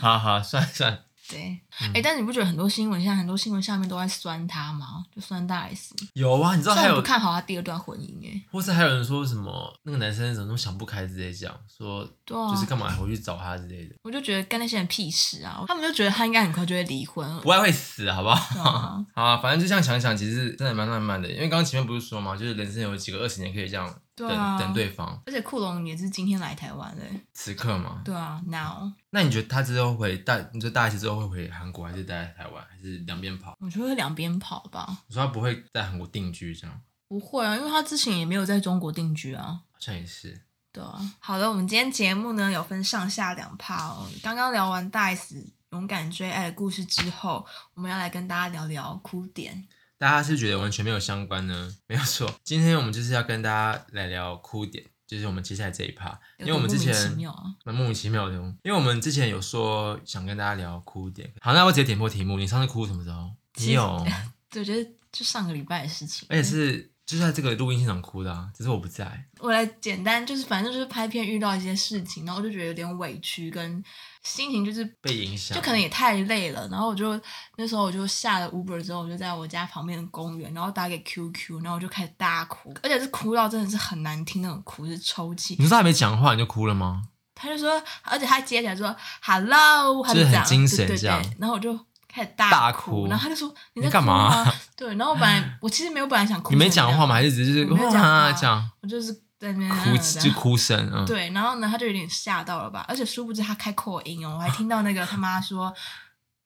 Speaker 1: 好好，算算，
Speaker 2: 对，
Speaker 1: 嗯
Speaker 2: 哎、但你不觉得很多新闻现在很多新闻下面都在酸他吗？就酸大 S，
Speaker 1: 有啊，你知道
Speaker 2: 虽
Speaker 1: 还
Speaker 2: 然我
Speaker 1: 有，
Speaker 2: 不看好他第二段婚姻、哎，
Speaker 1: 或是还有人说什么那个男生怎么那么想不开之类这样说，
Speaker 2: 对啊
Speaker 1: 就是干嘛还回去找他之类的，
Speaker 2: 我就觉得干那些人屁事啊！他们就觉得他应该很快就会离婚了。
Speaker 1: 不爱会死，好不好？ *laughs*
Speaker 2: 对啊
Speaker 1: 好啊，反正就这样想一想，其实真的蛮浪漫的。因为刚刚前面不是说嘛，就是人生有几个二十年可以这样等、
Speaker 2: 对啊
Speaker 1: 等对方，
Speaker 2: 而且库龙也是今天来台湾的、哎
Speaker 1: 此刻嘛。
Speaker 2: 对啊，now
Speaker 1: 那你觉得他之后回大，你说大 S 之后会回韩国，还是待在台湾，还是两边跑？
Speaker 2: 我觉得两边跑吧，
Speaker 1: 你说他不会在韩国定居这样？
Speaker 2: 不会啊，因为他之前也没有在中国定居啊。
Speaker 1: 好像也是。
Speaker 2: 对啊，好的，我们今天节目呢有分上下两趴哦。刚刚聊完大 S 勇敢追爱的故事之后，我们要来跟大家聊聊哭点。
Speaker 1: 大家是觉得完全没有相关呢？没有错，今天我们就是要跟大家来聊哭点，就是我们接下来这一趴，因为我们之前
Speaker 2: 有点莫名其妙啊，
Speaker 1: 蛮莫名其妙的哦，因为我们之前有说想跟大家聊哭点。好，那我直接点播题目，你上次哭什么时候？
Speaker 2: 其实
Speaker 1: 你有，
Speaker 2: 对，我觉得就上个礼拜的事情。
Speaker 1: 而且是就在这个录音现场哭的啊，只是我不在。
Speaker 2: 我来简单就是反正就是拍片遇到一些事情，然后我就觉得有点委屈，跟心情就是
Speaker 1: 被影响
Speaker 2: 就可能也太累了。然后我就那时候我就下了 Uber 之后，我就在我家旁边的公园，然后打给 QQ，然后我就开始大哭，而且是哭到真的是很难听那种哭，是抽泣
Speaker 1: 你。说他还没讲话你就哭了吗？
Speaker 2: 他就说，而且他接起来说 “hello”，他
Speaker 1: 就是
Speaker 2: 这
Speaker 1: 很
Speaker 2: 样
Speaker 1: 精神
Speaker 2: 对对
Speaker 1: 这样
Speaker 2: 对然后我就开始大
Speaker 1: 大
Speaker 2: 哭，
Speaker 1: 哭
Speaker 2: 然后他就说：“你在
Speaker 1: 你干嘛
Speaker 2: 哭吗？”对，然后我本
Speaker 1: *laughs*
Speaker 2: 来我其实没有本来想哭，
Speaker 1: 你没讲话吗？，还是只是
Speaker 2: 我没有讲话
Speaker 1: 哇这样
Speaker 2: 我就是在那边呃
Speaker 1: 哭
Speaker 2: 这
Speaker 1: 就
Speaker 2: 样
Speaker 1: 哭声？嗯，
Speaker 2: 对，然后呢，他就有点吓到了吧？而且殊不知他开扩音哦，我还听到那个他妈说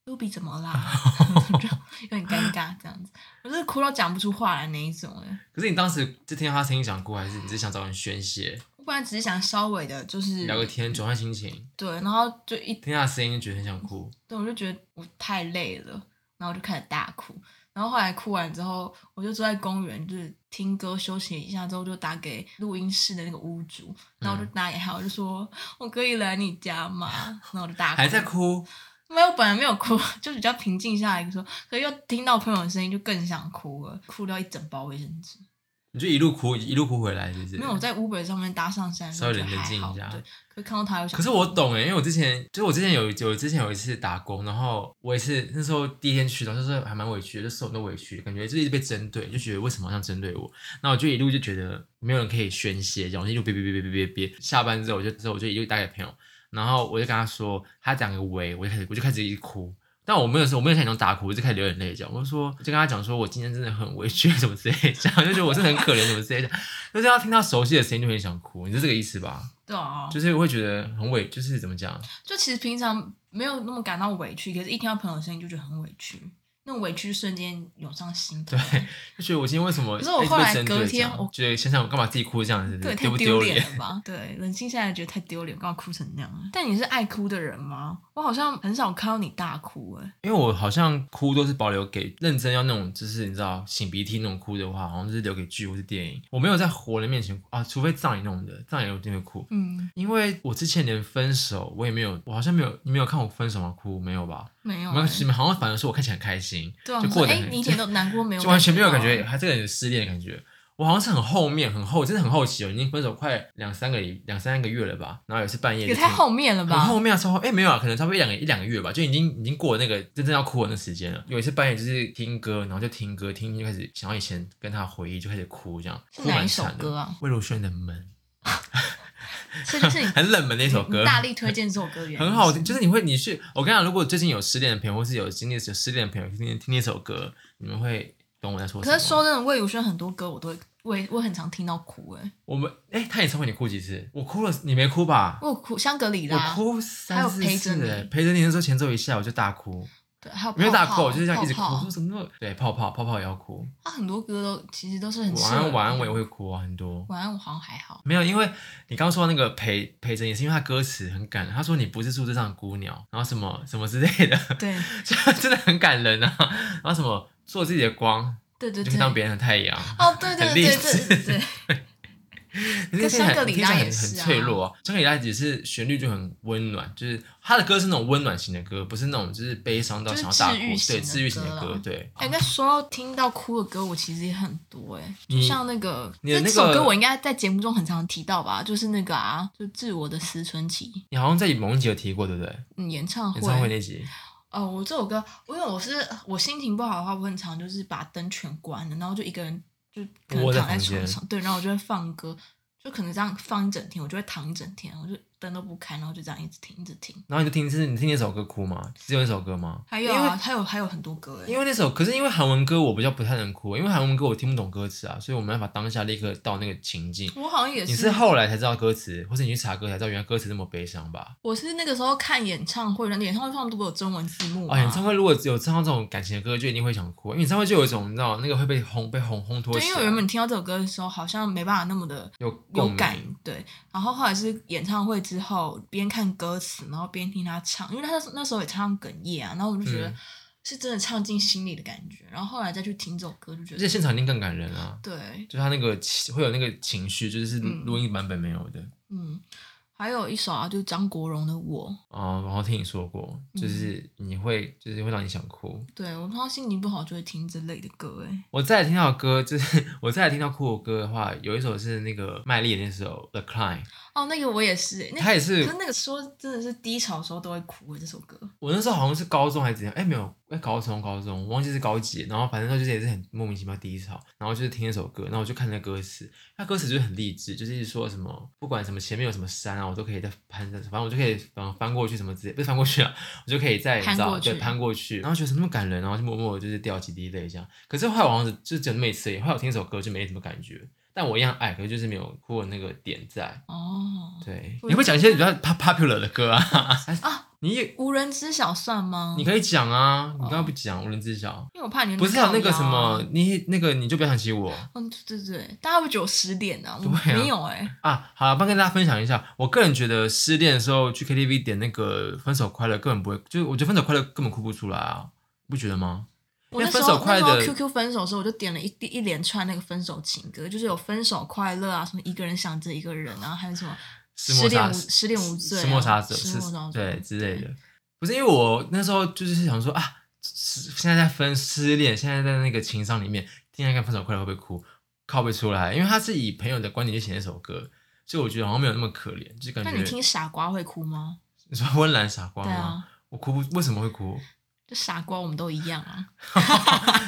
Speaker 2: 露比怎么啦？ *laughs* 就有点尴尬这样子，我就是哭到讲不出话来那一种哎。
Speaker 1: 可是你当时就听到他声音想哭，还是你是想找人宣泄、
Speaker 2: 我本来只是想稍微的，就是
Speaker 1: 聊个天、转换心情？
Speaker 2: 对，然后就一
Speaker 1: 听他的声音就觉得很想哭。
Speaker 2: 对，我就觉得我太累了，然后我就开始大哭。然后后来哭完之后，我就坐在公园，就是听歌休息一下之后，就打给录音室的那个屋主，然后我就
Speaker 1: 嗯
Speaker 2: 打给他，我就说我可以来你家吗？然后我就大哭，
Speaker 1: 还在，哭，
Speaker 2: 没有，本来没有哭，就比较平静下来说，可是又听到朋友的声音，就更想哭了，哭掉一整包卫生纸。
Speaker 1: 你就一路哭一路哭回来，是不是？
Speaker 2: 没有，我。在 Uber 上面搭上山，
Speaker 1: 稍微
Speaker 2: 就觉得
Speaker 1: 冷
Speaker 2: 还
Speaker 1: 静一
Speaker 2: 好
Speaker 1: 下
Speaker 2: 对，可是看到他又想哭，
Speaker 1: 可是我懂哎，因为我之前就是我之前有有之前有一次打工，然后我也是那时候第一天去，然后就是还蛮委屈的，就受很多委屈，感觉就一直被针对，就觉得为什么好像针对我？那我就一路就觉得没有人可以宣泄，然后一路憋憋憋憋憋憋憋。下班之后我就之后我就一路打给朋友，然后我就跟他说，他讲个喂，我就开始我就开始一直哭。但我没有说，我没有像你那种大哭，我就开始流眼泪这样。我就说，就跟他讲说，我今天真的很委屈，啊什么之类的，这样就觉得我是很可怜，什么之类的。就是要听到熟悉的声音就很想哭，你是这个意思吧？
Speaker 2: 对啊，
Speaker 1: 就是会觉得很委，就是怎么讲？
Speaker 2: 就其实平常没有那么感到委屈，可是一听到朋友的声音就觉得很委屈，那种委屈瞬间涌上心头。
Speaker 1: 对就觉得我今天为什么？
Speaker 2: 可是我后来隔天我
Speaker 1: 觉得想想我干嘛自己哭这样子，
Speaker 2: 对，
Speaker 1: 丢
Speaker 2: 太
Speaker 1: 不
Speaker 2: 丢
Speaker 1: 脸？
Speaker 2: 了吧？对，冷静下来觉得太丢脸，干嘛哭成那样啊？但你是爱哭的人吗？我好像很少看到你大哭哎、
Speaker 1: 因为我好像哭都是保留给认真要那种，就是你知道擤鼻涕那种哭的话，好像就是留给剧或是电影。我没有在活人面前哭啊，除非葬礼那种的，葬礼我一定会哭。
Speaker 2: 嗯，
Speaker 1: 因为我之前连分手我也没有，我好像没有，你没有看我分手吗？哭没有吧？
Speaker 2: 没有、
Speaker 1: 没有，
Speaker 2: 欸，
Speaker 1: 你们好像反而说我看起来很开心，
Speaker 2: 对啊，
Speaker 1: 就
Speaker 2: 我
Speaker 1: 过
Speaker 2: 说
Speaker 1: 得
Speaker 2: 哎、
Speaker 1: 很
Speaker 2: 你一点都难过没有？哎
Speaker 1: 就完全没有感觉，，他这个人有失恋的感觉。我好像是很后面，很后，真的很后期哦，已经分手快两三个礼两三个月了吧。然后有一次半夜就
Speaker 2: 也太
Speaker 1: 听
Speaker 2: 后面了
Speaker 1: 很
Speaker 2: 吧？
Speaker 1: 后面啊，超后哎、没有啊，可能差不多一两个一两个月吧，就已经已经过了那个真正要哭的那时间了。有一次半夜就是听歌，然后就听歌，听就开始想到以前跟他的回忆，就开始哭，这样
Speaker 2: 是
Speaker 1: 哭
Speaker 2: 哪一
Speaker 1: 蛮
Speaker 2: 首
Speaker 1: 惨的。
Speaker 2: 歌啊？
Speaker 1: 魏如萱的《门
Speaker 2: 这就
Speaker 1: *laughs*
Speaker 2: 是你》
Speaker 1: 很冷门的一首
Speaker 2: 你
Speaker 1: 歌，
Speaker 2: 大力推荐这首歌的原因，
Speaker 1: 很好听。就是你会，你去，我跟你讲，如果最近有失恋的朋友，或是有经历有失恋的朋友，听听那首歌，你们会懂我在说什么。
Speaker 2: 可是说真的，魏如萱很多歌我都会，我也我很常听到哭哎、
Speaker 1: 我们，哎、他演唱会你哭几次？我哭了，你没哭吧？
Speaker 2: 我有哭香格里
Speaker 1: 我
Speaker 2: 拉，
Speaker 1: 哭三四
Speaker 2: 啊还有陪着
Speaker 1: 次、
Speaker 2: 你
Speaker 1: 哎，陪着你的时候前奏一下我就大哭，
Speaker 2: 对，还有
Speaker 1: 没有大
Speaker 2: 泡
Speaker 1: 哭，
Speaker 2: 泡
Speaker 1: 我就是这样一直哭。
Speaker 2: 泡
Speaker 1: 我
Speaker 2: 泡
Speaker 1: 说怎么那么对泡泡泡泡也要哭，
Speaker 2: 他很多歌都其实都是很适合
Speaker 1: 晚安晚安我也
Speaker 2: 会
Speaker 1: 会哭啊，很多。
Speaker 2: 晚安我好像还好，
Speaker 1: 没有，因为你刚刚说到那个陪陪着你，是因为他歌词很感人。他说你不是树枝上的孤鸟，然后什么什么之类的， *laughs*
Speaker 2: 对
Speaker 1: 就真的很感人啊。然后什么做自己的光，
Speaker 2: 对对
Speaker 1: 就
Speaker 2: 对
Speaker 1: 可以，当别人的太阳。
Speaker 2: 哦对对
Speaker 1: 很
Speaker 2: 对
Speaker 1: 励
Speaker 2: 对对对，
Speaker 1: 可
Speaker 2: 跟香格里拉
Speaker 1: 很
Speaker 2: 也是
Speaker 1: 很
Speaker 2: 啊
Speaker 1: 脆弱、啊，香格里拉只是旋律就很温暖，就是他的歌是那种温暖型的歌，不是那种就是悲伤到
Speaker 2: 就是
Speaker 1: 想要大哭，
Speaker 2: 治愈型
Speaker 1: 对
Speaker 2: 的
Speaker 1: 治愈型的
Speaker 2: 歌
Speaker 1: 歌
Speaker 2: 啊，
Speaker 1: 对。
Speaker 2: 哎，那说到听到哭的歌，我其实也很多哎、就
Speaker 1: 你
Speaker 2: 像那个
Speaker 1: 嗯你的那
Speaker 2: 这
Speaker 1: 个
Speaker 2: 首歌我应该在节目中很常提到吧，就是那个啊，就致我的思春期、
Speaker 1: 你好像在某一集有提过，对不对？
Speaker 2: 嗯、演唱会
Speaker 1: 演唱会那集，
Speaker 2: 哦，我这首歌，因为我是我心情不好的话，我很常就是把灯全关了，然后就一个人就可能
Speaker 1: 窝在
Speaker 2: 躺在
Speaker 1: 房
Speaker 2: 床
Speaker 1: 间
Speaker 2: 上，对，然后我就会放歌，就可能这样放一整天，我就会躺一整天，我就灯都不开，然后就这样一直听一直听。
Speaker 1: 然后你就听是你听那首歌哭吗？只有那首歌吗？
Speaker 2: 还有
Speaker 1: 因为
Speaker 2: 啊，还有还有很多歌哎，
Speaker 1: 因为那首，可是因为韩文歌我比较不太能哭，因为韩文歌我听不懂歌词啊，所以我没办法当下立刻到那个情境。
Speaker 2: 我好像也
Speaker 1: 你是后来才知道歌词，或是你去查歌才知道原来歌词这么悲伤吧？
Speaker 2: 我是那个时候看演唱会，然后演唱会上都有中文字幕嘛
Speaker 1: 啊，演唱会如果只有唱到这种感情的歌，就一定会想哭，因为演唱会就有一种你知道那个会被烘被烘烘托
Speaker 2: 对，
Speaker 1: 起来。
Speaker 2: 因为我原本听到这首歌的时候，好像没办法那么的
Speaker 1: 有共
Speaker 2: 有
Speaker 1: 鸣
Speaker 2: 感，对。然后后来是演唱会之后，边看歌词，然后边听他唱，因为他那时那时候也唱哽咽啊，然后我就觉得
Speaker 1: 嗯
Speaker 2: 是真的唱进心里的感觉。然后后来再去听这首歌，就觉
Speaker 1: 而且
Speaker 2: 得
Speaker 1: 现场一定更感人啊，
Speaker 2: 对，
Speaker 1: 就他那个情会有那个情绪，就是
Speaker 2: 嗯
Speaker 1: 录音版本没有的。
Speaker 2: 嗯。还有一首啊，就是张国荣的《我》，
Speaker 1: 哦，然后听你说过，
Speaker 2: 嗯
Speaker 1: 就是你会，就是会让你想哭。
Speaker 2: 对我通常心情不好就会听这类的歌，哎，
Speaker 1: 我再来听到的歌，就是 *laughs* 我再来听到酷的歌的话，有一首是那个麦莉的那首《The Climb》，
Speaker 2: 哦，那个我也是，哎那
Speaker 1: 它也是
Speaker 2: 可是那个说真的是低潮的时候都会哭的欸这首歌，
Speaker 1: 我那时候好像是高中还是怎样，哎、没有，哎、高中高中，我忘记是高几，然后反正那就是也是很莫名其妙低潮，然后就是听那首歌，然后我就看那歌词，那歌词就是很励志，就是一直说什么不管什么前面有什么山啊，我都可以再攀上，反正我就可以翻翻过去什么之类，不是翻过去啊，我就可以再你
Speaker 2: 攀
Speaker 1: 知道
Speaker 2: 过去
Speaker 1: 对攀过去，然后觉得什么那么感人，然后就默默地就是掉几滴泪这样。可是后来我好像只就只有那么一次而已，后来我听那首歌就没什么感觉，但我一样爱，可是就是没有哭的那个点在。
Speaker 2: 哦，
Speaker 1: 对，
Speaker 2: 我
Speaker 1: 你会讲一些比较 pop- popular 的歌啊？
Speaker 2: 啊，
Speaker 1: *laughs* 你也
Speaker 2: 无人知晓算吗？
Speaker 1: 你可以讲啊，你刚刚不讲，无人知晓。
Speaker 2: 因为我怕哦你
Speaker 1: 不是有那个什
Speaker 2: 靠腰
Speaker 1: 么
Speaker 2: 啊，，
Speaker 1: 你那个你就不要想起我
Speaker 2: 嗯，对对对，大家会觉得我失恋啊，我
Speaker 1: 对啊
Speaker 2: 没有哎、
Speaker 1: 啊。好了，帮跟大家分享一下，我个人觉得失恋的时候去 KTV 点那个《分手快乐》根本不会，就是我觉得《分手快乐》根本哭不出来啊，不觉得吗？
Speaker 2: 我
Speaker 1: 因为
Speaker 2: 那时
Speaker 1: 分
Speaker 2: 候
Speaker 1: 手
Speaker 2: 那
Speaker 1: 快
Speaker 2: 时候
Speaker 1: 的
Speaker 2: QQ 分手的时候，我就点了一一一连串那个分手情歌，就是有分手快乐啊，什么一个人想着一个人啊，然后还有什么
Speaker 1: 莫
Speaker 2: 失恋
Speaker 1: 杀
Speaker 2: 无失恋无罪、啊，
Speaker 1: 石墨杀手
Speaker 2: 失
Speaker 1: 是
Speaker 2: 莫杀手，
Speaker 1: 对之类的。不是因为我那时候就是想说啊，是现在在分失恋，现在在那个情伤里面，听看看分手快乐会不会哭，靠不出来，因为他是以朋友的观点去写那首歌，所以我觉得好像没有那么可怜，就感
Speaker 2: 那
Speaker 1: 觉
Speaker 2: 你听傻瓜会哭吗？
Speaker 1: 你说温岚傻瓜
Speaker 2: 对
Speaker 1: 吗？
Speaker 2: 啊，
Speaker 1: 我哭不为什么会哭？ *laughs*
Speaker 2: 就傻瓜我们都一样啊，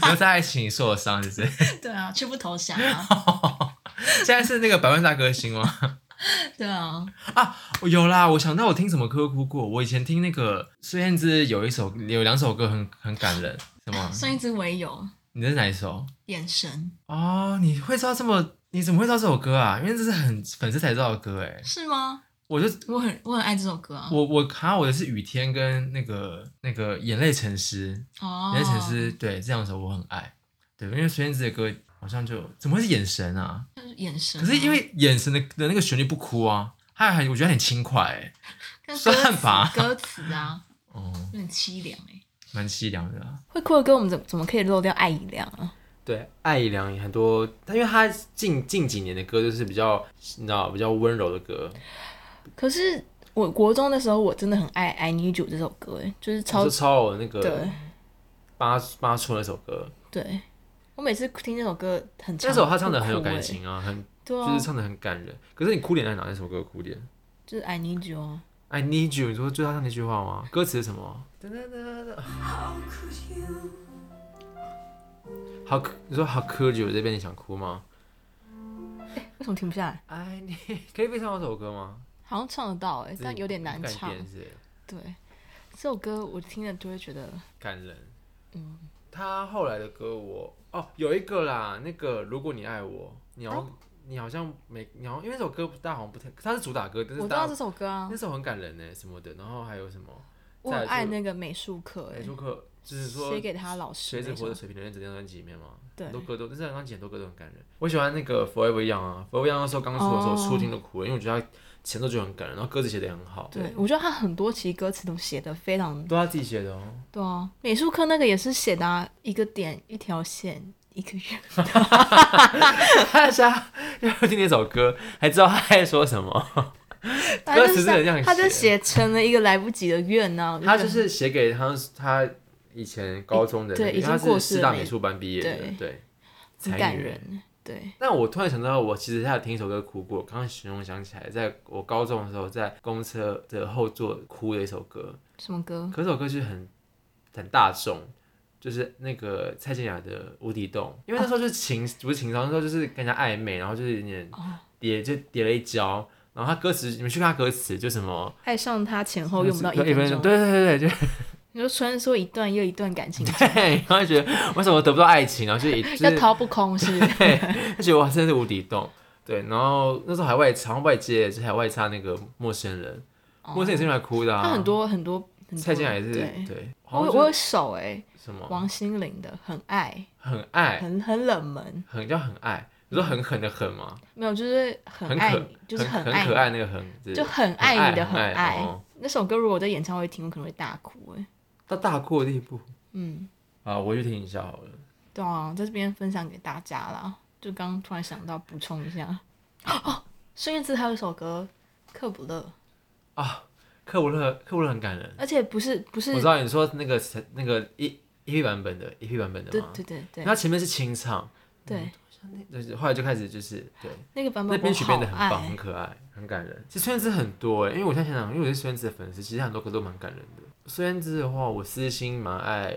Speaker 1: 然后在爱情里受了伤，就是 *laughs*
Speaker 2: 对啊，却不投降啊，
Speaker 1: 现在是那个百万大歌星吗？ *laughs*
Speaker 2: 对啊，
Speaker 1: 我有啦，我想到我听什么歌哭过。我以前听那个孙燕姿有一首有两首歌很很感人，什
Speaker 2: *laughs*
Speaker 1: 么？
Speaker 2: 孙燕姿我也有
Speaker 1: 你这是哪一首？
Speaker 2: 眼神
Speaker 1: 哦，你会知道这么？你怎么会知道这首歌啊？因为这是很粉丝才知道的歌哎。
Speaker 2: 是吗？
Speaker 1: 我就
Speaker 2: 我很我很爱这首歌啊，
Speaker 1: 我我好像我的是雨天跟那个那个眼泪沉思，
Speaker 2: 哦，
Speaker 1: 眼泪沉思，对这两首我很爱。对，因为孙燕姿的歌好像就怎么会是眼神啊？
Speaker 2: 就是眼神啊、
Speaker 1: 可是因为眼神的的那个旋律不哭啊，它还我觉得很轻快、欸，
Speaker 2: 跟
Speaker 1: 算
Speaker 2: 歌词
Speaker 1: 吧
Speaker 2: 歌词啊，
Speaker 1: 哦、
Speaker 2: 有点凄凉哎、
Speaker 1: 蛮凄凉的、啊。
Speaker 2: 会哭的歌，我们怎怎么可以漏掉爱一亮啊？
Speaker 1: 对，艾怡良也很多，但因为他近近几年的歌就是比较，你知道比较温柔的歌，
Speaker 2: 可是我国中的时候，我真的很爱《I Need You》这首欸歌，哎，就是超
Speaker 1: 是超有那
Speaker 2: 对
Speaker 1: 个八八寸那首歌。
Speaker 2: 对，我每次听这首歌很常
Speaker 1: 那首他唱的很有
Speaker 2: 会哭欸
Speaker 1: 感，情啊，很
Speaker 2: 对啊，
Speaker 1: 就是唱的很感人。可是你哭点在哪？那首歌的哭点
Speaker 2: 就是 I need you 啊。
Speaker 1: ？I need you，你说就是他唱那句话吗？歌词是什么噔噔噔噔
Speaker 3: How could you?
Speaker 1: ？How could- 你说 How could you 这边你想哭吗
Speaker 2: 为什么停不下来？
Speaker 1: ？I need 哎可以配上这首歌吗？
Speaker 2: 好像唱得到哎、
Speaker 1: 只是
Speaker 2: *laughs* 但
Speaker 1: 你
Speaker 2: 有点
Speaker 1: 不
Speaker 2: 难
Speaker 1: 敢
Speaker 2: 唱。
Speaker 1: 点是
Speaker 2: 对，这首歌我听了就会觉得，
Speaker 1: 感人。
Speaker 2: 嗯，
Speaker 1: 他后来的歌我哦有一个啦，那个如果你爱我，你好
Speaker 2: 啊
Speaker 1: 像、你好像没你好像因为那首歌大家好像不太，它是主打歌，但是
Speaker 2: 我知道
Speaker 1: 大
Speaker 2: 这
Speaker 1: 家
Speaker 2: 首歌啊
Speaker 1: 那，时候很感人呢什么的，然后还有什么
Speaker 2: 我
Speaker 1: 再来
Speaker 2: 很
Speaker 1: 就
Speaker 2: 爱那个美术课哎、
Speaker 1: 美术课，就是说
Speaker 2: 写给他老师
Speaker 1: 随着
Speaker 2: 那
Speaker 1: 活
Speaker 2: 首
Speaker 1: 着。水平的人》这张专辑里面嘛，
Speaker 2: 对
Speaker 1: 很多歌都，但是这张专辑很多歌都很感人。我喜欢那个 Forever Young 啊，Forever Young 那时候刚出的时候，
Speaker 2: 哦
Speaker 1: 初听都哭了，因为我觉得他前奏就很感人，然后歌词写的很好，
Speaker 2: 对，我觉得他很多其实歌词都写的非常
Speaker 1: 都他自己写的哦。
Speaker 2: 对啊，美术课那个也是写的、啊、一个点一条线一个 *laughs* 月，
Speaker 1: 大家要听那首歌，还知道他在说什么。
Speaker 2: 他就
Speaker 1: 歌词是很这样
Speaker 2: 是他就
Speaker 1: 写
Speaker 2: 写成了一个来不及的愿呢、啊。我
Speaker 1: *laughs* 他
Speaker 2: 觉
Speaker 1: 就
Speaker 2: 得
Speaker 1: 是写给他他以前高中的那个，
Speaker 2: 对
Speaker 1: 因为他
Speaker 2: 已经
Speaker 1: 是
Speaker 2: 过世的
Speaker 1: 师大
Speaker 2: 那
Speaker 1: 美术班毕业的
Speaker 2: 对，
Speaker 1: 对，
Speaker 2: 很
Speaker 1: 才
Speaker 2: 感
Speaker 1: 女。
Speaker 2: 人，对，
Speaker 1: 但我突然想到，我其实还有听一首歌哭过，刚刚形容想起来，在我高中的时候，在公车的后座哭的一首歌，
Speaker 2: 什么歌？
Speaker 1: 可是这首歌就是很很大众。就是那个蔡健雅的《无底洞》，因为那时候就是情、不是情商，那时候就是跟人家暧昧，然后就是有点 *laughs*
Speaker 2: 哦
Speaker 1: 跌就跌了一跤，然后他歌词你们去看他歌词，就什么
Speaker 2: 爱上他前后用不到一
Speaker 1: 对
Speaker 2: 分钟，
Speaker 1: 对对对对，就
Speaker 2: 你就穿梭一段又一段感情，
Speaker 1: 对，然后就觉得为什么得不到爱情，然后就一就
Speaker 2: 要
Speaker 1: 是
Speaker 2: 掏不空是
Speaker 1: *laughs*
Speaker 2: 不是？
Speaker 1: 就觉得哇，真的是无底洞。对，然后那时候还外常外接，就是还外插那个陌生人，陌生人也是用来哭的啊。
Speaker 2: 哦他很多很多很多，
Speaker 1: 蔡健雅也是
Speaker 2: 对。
Speaker 1: 对，好
Speaker 2: 我
Speaker 1: 像
Speaker 2: 有
Speaker 1: 就
Speaker 2: 我有手哎、
Speaker 1: 什么
Speaker 2: 王心凌的很爱，
Speaker 1: 很爱，
Speaker 2: 很很冷门，
Speaker 1: 很叫很爱，你说很狠的狠吗？
Speaker 2: 没有就是很
Speaker 1: 很
Speaker 2: 爱
Speaker 1: 可
Speaker 2: 你，就是
Speaker 1: 很
Speaker 2: 爱
Speaker 1: 可
Speaker 2: 你，
Speaker 1: 爱那个很，是
Speaker 2: 就很爱你的
Speaker 1: 很
Speaker 2: 很
Speaker 1: 爱
Speaker 2: 爱。
Speaker 1: 哦
Speaker 2: 那首歌如果我在演唱会听，我可能会大哭哎、
Speaker 1: 到大哭的地步
Speaker 2: 嗯，
Speaker 1: 啊！我去听一下好了。
Speaker 2: 对啊，在这边分享给大家啦。就刚刚突然想到补充一下，哦，孙燕姿还有一首歌《克卜勒》，
Speaker 1: 克伍勒，克伍勒很感人。
Speaker 2: 而且不是不是
Speaker 1: 我知，道你说那个那个一一 P 版本的，一 P 版本的
Speaker 2: 对
Speaker 1: 吗？
Speaker 2: 对对对
Speaker 1: 他前面是清唱，
Speaker 2: 对，
Speaker 1: 就是后来就开始就是对，
Speaker 2: 那个版
Speaker 1: 那
Speaker 2: 本
Speaker 1: 编
Speaker 2: 我
Speaker 1: 曲编
Speaker 2: 好
Speaker 1: 的很棒，很
Speaker 2: 爱。
Speaker 1: 可爱，很感人。其实孙燕姿很多哎，因为我现在想想，因为我是孙燕姿的粉丝，其实很多歌都蛮感人的。孙燕姿的话，我私心蛮爱，